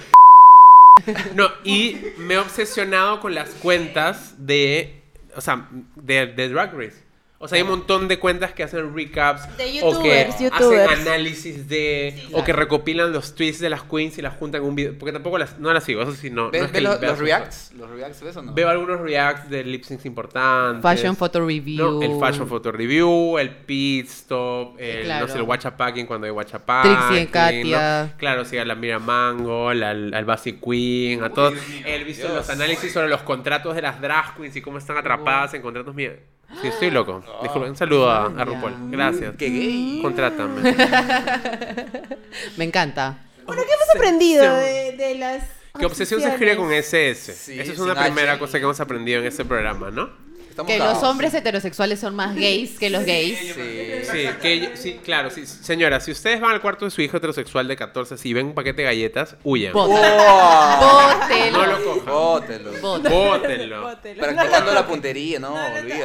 A: No, y me he obsesionado con las cuentas de. O sea, de, de Drag Race. O sea, hay un montón de cuentas que hacen recaps o
B: De
A: que
B: youtubers, youtubers.
A: hacen análisis de o
C: claro.
A: que recopilan los tweets de las queens y las juntan en un video, porque tampoco las no las sigo, eso sí no. no
D: ¿Ves,
A: es que
D: ves los,
A: vea
D: los
A: sus-
D: reacts? ¿Los reacts ves o no?
A: Veo algunos reacts de lip syncs importantes.
C: Fashion Photo Review. Eh,
A: No, el Fashion Photo Review, el Pit Stop, el,
C: claro.
A: no sé, el Watcha Packing cuando hay Watcha Packing.
C: Trixie en Katia.
A: ¿no? Claro, sí, a la Mira Mango, la- al, al Basic Queen, a todos. Él visto los análisis sobre los contratos de las drag queens y cómo están atrapadas en contratos míos. Sí, estoy loco. Disculpen, un saludo a, a RuPaul. Gracias.
D: Ah. Qué gay.
A: Contrátame.
C: Me encanta.
B: Bueno, ¿qué hemos aprendido de, de las.
A: Que obsesión se escribe con SS.
D: Sí,
A: Esa es
D: sin
A: una primera
D: H.
A: cosa que hemos aprendido en este programa, ¿no?
D: Estamos
C: Que
D: cagados.
C: los hombres heterosexuales son más gays que los gays.
D: Sí.
A: Sí, que, sí, claro, sí, señora, si ustedes van al cuarto de su hijo heterosexual de 14 si ven un paquete de galletas, huyan.
C: Bótalo.
D: ¡Wow!
A: No
C: Bótelo.
A: lo cojan.
D: Bótelo.
C: Bótelo.
A: Bótenlo.
B: Bótelo.
D: Practicando la puntería, no, olvídate.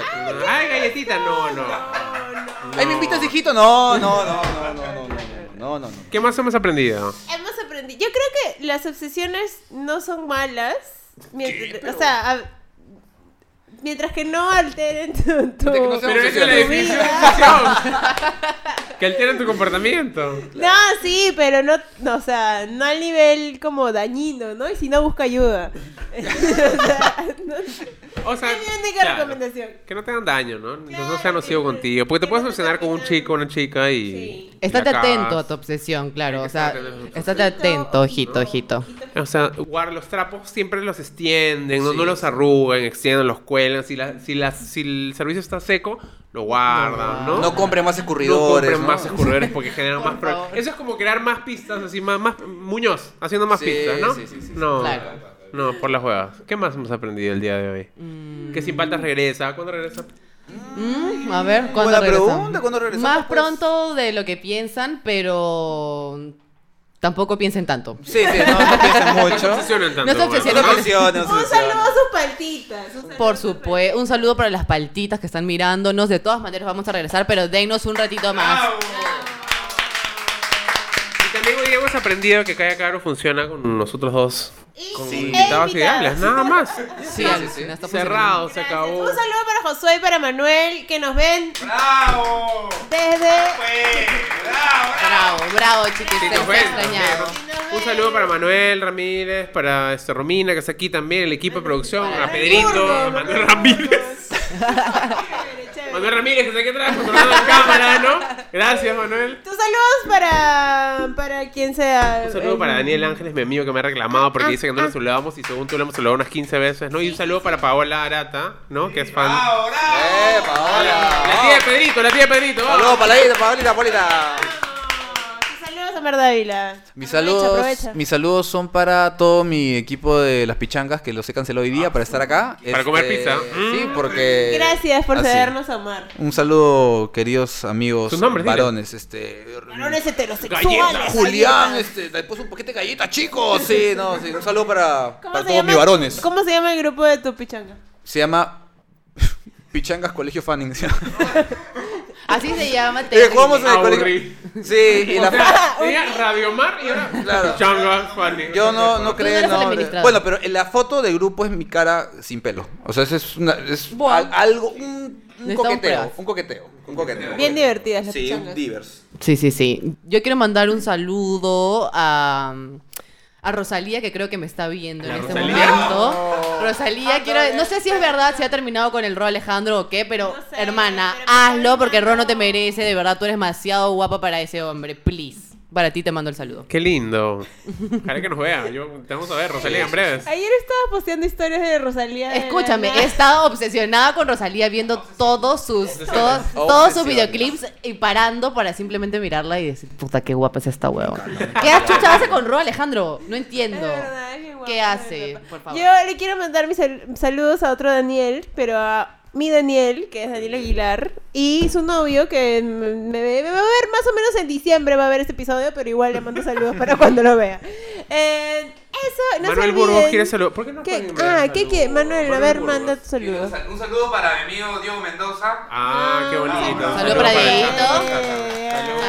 A: Ay, galletita, no, no.
B: No, no.
D: Ahí me invitas, hijito. No, no, no, no, no, no, no, no, no, no, no.
A: ¿Qué más hemos aprendido?
B: Hemos aprendido. Yo creo que las obsesiones no son malas. Mientras, O sea, a- mientras que no alteren tu, tu-
D: que no sea
A: Pero esa es la
B: tu
A: definición de
B: vida.
A: obsesión. Que altera tu comportamiento.
B: No, sí, pero no, no, o sea, no al nivel como dañino, ¿no? Y si no, busca ayuda. o sea, no-
A: O sea,
B: es mi única
A: claro,
B: recomendación.
A: Que no te hagan daño, ¿no? Que no sea
B: Claro,
A: nocivo
B: que-
A: contigo. Porque te
B: que
A: puedes
B: no te
A: obsesionar con un
B: afecten.
A: chico, una chica y.
B: Sí.
A: y la
C: Estate
A: cagas.
C: atento a tu obsesión, claro. O
A: Tienes que
C: sea,
A: estar atento.
C: estate atento, ojito, ojito.
A: O sea, guarda, los trapos siempre los extienden, no, no los arrugan, extienden, los cuelan. Si, la, si, la, si el servicio está seco, lo guardan, ¿no?
D: No compren más
A: No
D: escurridores.
A: compren más escurridores porque generan
C: Por
A: más pro-
C: favor.
A: Eso es como crear más pistas, así más, más Muñoz, haciendo más
D: Sí,
A: pistas, ¿no?
D: sí, sí, sí, sí.
A: no,
C: Claro.
A: no, por las huevas. ¿Qué más hemos aprendido el día de hoy? Que sin faltas regresa. ¿Cuándo regresa?
C: Mm, a ver, ¿cuándo
D: Buena
C: regresamos?
D: pregunta, ¿cuándo regresamos,
C: Más
D: pues?
C: pronto de lo que piensan, pero tampoco piensen tanto.
D: Sí, sí, no, no piensen
A: No
D: mucho.
A: se obsesionen tanto,
C: No se
A: bueno.
C: obsesionen.
D: No se obsesionen, no se
B: Un saludo a
D: obsesionen.
B: sus paltitas. un saludo a
C: Por
B: sus
C: supuesto, un saludo para las paltitas que están mirándonos. De todas maneras vamos a regresar, pero denos un ratito más.
A: Y también hoy hemos aprendido que Calla Caro funciona con nosotros dos.
B: Y
A: Con
B: sí.
A: invitados
B: e
A: ideales, nada más.
C: Sí,
D: sí,
C: Alucina,
D: sí.
C: está funcionando.
A: Cerrado, se acabó.
B: Un saludo para Josué y para Manuel que nos ven
E: ¡Bravo!
C: Eh.
B: desde.
E: Pues, ¡Bravo, bravo!
C: Bravo, bravo, chiquis,
A: Sí,
C: te
A: nos ven, nos
C: extrañado.
A: ven. Un saludo para Manuel Ramírez, para este, Romina, que está aquí también, el equipo de producción, a Pedrito, a Manuel Ramírez.
B: Chévere, chévere.
A: Manuel Ramírez, que está aquí atrás, controlando la cámara, ¿no? Gracias, Manuel.
B: Tus saludos para, para quien sea.
A: Un saludo
B: el-
A: para Daniel Ángeles, mi amigo que me ha reclamado porque dice que no lo saludábamos y según tú lo hemos saludado unas 15 veces, ¿no? Y un saludo para Paola Arata, ¿no? Que es fan.
E: ¡Bravo, bravo!
D: Eh, Paola.
A: La tía de Pedrito, la tía de Pedrito. vamos.
D: Saludos, Paolita, Paolita, Paolita.
B: Tus saludos a Mar Dávila.
D: Mis
B: Aprovecha,
D: saludos,
B: aprovecha.
D: mis saludos son para todo mi equipo de las pichangas que los he cancelado hoy día para estar acá. Este,
A: Para comer pizza.
D: Sí,
A: Mm.
D: porque.
B: Gracias por
D: así.
B: cedernos a Mar.
D: Un saludo, queridos amigos
A: Sus nombres, dile.
D: varones, este
B: Varones
A: Galletas,
B: heterosexuales.
D: Julián,
B: galletas.
D: este, le puso un paquete de galletas, chicos. Sí, no, sí, un saludo para,
B: ¿Cómo
D: para
B: se
D: todos
B: llama-
D: mis varones.
B: ¿Cómo se llama el grupo de tu pichanga?
D: Se llama Pichangas Colegio Fanning. se llama.
C: Así se llama.
D: Eh, jugamos en el colegio.
A: Aburrí.
D: Sí, y
A: O
D: la
A: sea, tenía Radio Mar y ahora
D: Claro.
A: Changa, Fanny.
D: yo no, no creo
C: eres el
D: no,
C: administrador.
D: Bueno, pero en la foto del grupo es mi cara sin pelo. O sea, ese es, una, es
C: Bueno.
D: al- algo un, un
C: Necesitamos
D: coqueteo,
C: pruebas.
D: un coqueteo, un coqueteo.
B: Bien divertidas las
D: Sí, un
B: pichangas.
D: divers.
C: Sí, sí, sí. Yo quiero mandar un saludo a, a Rosalía, que creo que me está viendo en
A: ¿La
C: este
A: Rosalía?
C: momento. Rosalía, quiero. No sé si es verdad, si ha terminado con el Ro Alejandro o qué, pero
B: No sé,
C: hermana,
B: pero
C: hazlo
B: hermano.
C: porque Ro no te merece. De verdad, tú eres demasiado guapa para ese hombre. Please. Para ti te mando el saludo.
A: Qué lindo. Ojalá que nos vea. Yo, te vamos a ver, Rosalía, en breves.
B: Ayer estaba posteando historias de Rosalía. de la
C: Escúchame,
B: nada.
C: he estado obsesionada con Rosalía viendo todos sus todos, todos sus videoclips y parando para simplemente mirarla y decir, puta, qué guapa es esta huevona. ¿Qué chucha hace con Ro Alejandro? No
B: Es
C: entiendo.
B: verdad, es bien guapa,
C: ¿Qué
B: es
C: hace?
B: guapa.
C: Por favor.
B: Yo le quiero mandar mis sal- saludos a otro Daniel, pero a mi Daniel, que es Daniel Aguilar, y su novio, que me, me- me va a ver más o menos en diciembre, va a ver este episodio, pero igual le mando saludos para cuando lo vea. Eh, eso, no
A: Manuel
B: se olviden.
A: Burgos quiere saludar. ¿Por qué no
B: ¿Qué-
A: pueden mandar
B: Ah, ¿qué
A: saludos?
B: quiere? Manuel, a
A: Manuel
B: ver,
A: Burgos.
B: manda tu saludo.
E: Un saludo para mi amigo Diego Mendoza.
A: Ah, qué bonito.
E: Saludo
A: Saludos
C: para
A: él.
C: Dieguito.
B: Eh,
C: Saludos.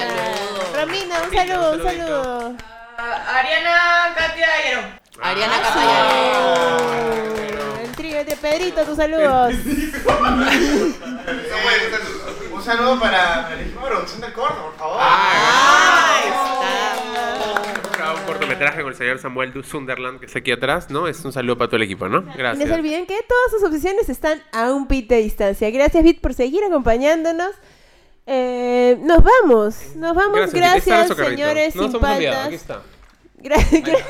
B: Romina, un saludo, un
A: Saludito.
B: saludo.
E: Ariana Katia Ayero.
C: Ariana
A: Ah,
C: Catalla.
A: pero-
B: El trío de Pedrito, tus saludos.
E: un saludo para el equipo de producción del corto, por favor.
A: Acaba Un cortometraje con el señor Samuel Du Sunderland que está aquí atrás, ¿no? Es un saludo para todo el equipo, ¿no?
B: Y no se
A: Gracias.
B: olviden que todas sus opciones están a un pit de distancia. Gracias, Bit, por seguir acompañándonos. Eh, nos vamos, nos vamos.
A: Gracias, Vicky. Ahí está
B: Gracias,
A: nuestro carrito.
B: señores
A: No nos
B: sin
A: hemos olvidado,
B: paltas.
A: Aquí está.
B: Gra- gra-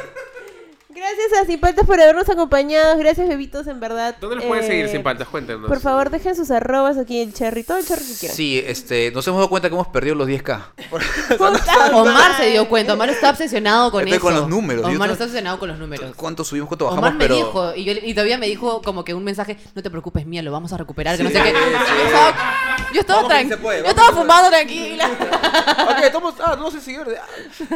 B: Gracias a Sin Paltas por habernos acompañado. Gracias, bebitos, en verdad.
A: ¿Dónde los pueden
B: Eh,
A: seguir sin paltas? Cuéntenos.
B: Por favor, dejen sus arrobas aquí el cherry, todo el cherry que quieran.
D: Sí, este, nos hemos dado cuenta que hemos perdido los 10k.
B: Puta
C: Omar
B: madre.
C: se dio cuenta, Omar está obsesionado con
D: Estoy
C: eso.
D: con los números, yo
C: Omar
D: no-
C: está obsesionado con los números.
D: ¿Cuánto subimos, cuánto bajamos?
C: Omar me
D: pero...
C: dijo, y, yo le- y todavía me dijo como que un mensaje, no te preocupes, mía, lo vamos a recuperar, que no sé qué. Yo estaba, yo estaba
D: Vamos que
C: tran-
D: se puede,
C: yo
D: vamos
C: estaba
D: que se
C: fumando tranquila.
D: Ok, estamos. Ah, no sé seguidores. Ah.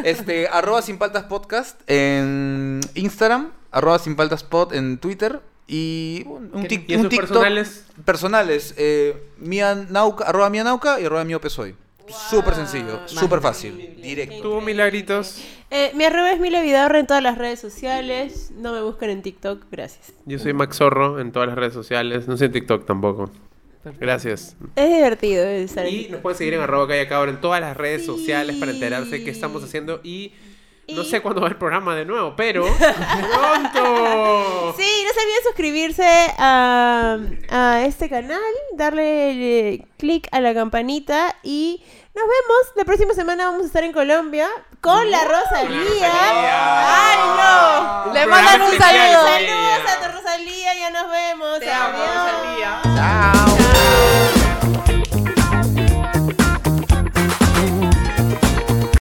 D: Este, arroba sin paltas podcast en Instagram, arroba sin paltas pod en Twitter Y un, un tic-
A: ¿Y en
D: un
A: sus
D: TikTok
A: personales?
D: personales, eh, Mia Nauca, arroba Mia Nauca y arroba Mio Pesoy. Súper sencillo, súper fácil, directo.
A: Tuvo milagritos.
B: Eh, mi arroba es Mila Vidaurre en todas las redes sociales. No me busquen en TikTok, gracias.
A: Yo soy Max Zorro en todas las redes sociales. No sé en TikTok tampoco. Gracias.
B: Es divertido estar en
A: Y
B: TikTok.
A: nos pueden seguir en arroba calle cabro en todas las redes sociales para
B: Sí.
A: enterarse qué estamos haciendo y no
B: Y-
A: sé cuándo va el programa de nuevo, pero pronto.
B: Sí, no se olviden suscribirse a, a este canal, darle eh, clic a la campanita y nos vemos. La próxima semana vamos a estar en Colombia con la Rosalía. ¡Ay, no!
A: Un
B: Le
A: programa
B: mandan un
A: especial,
B: saludo.
A: Rosalía.
B: Saludos a tu Rosalía, ya nos vemos. Adiós.
A: Chao.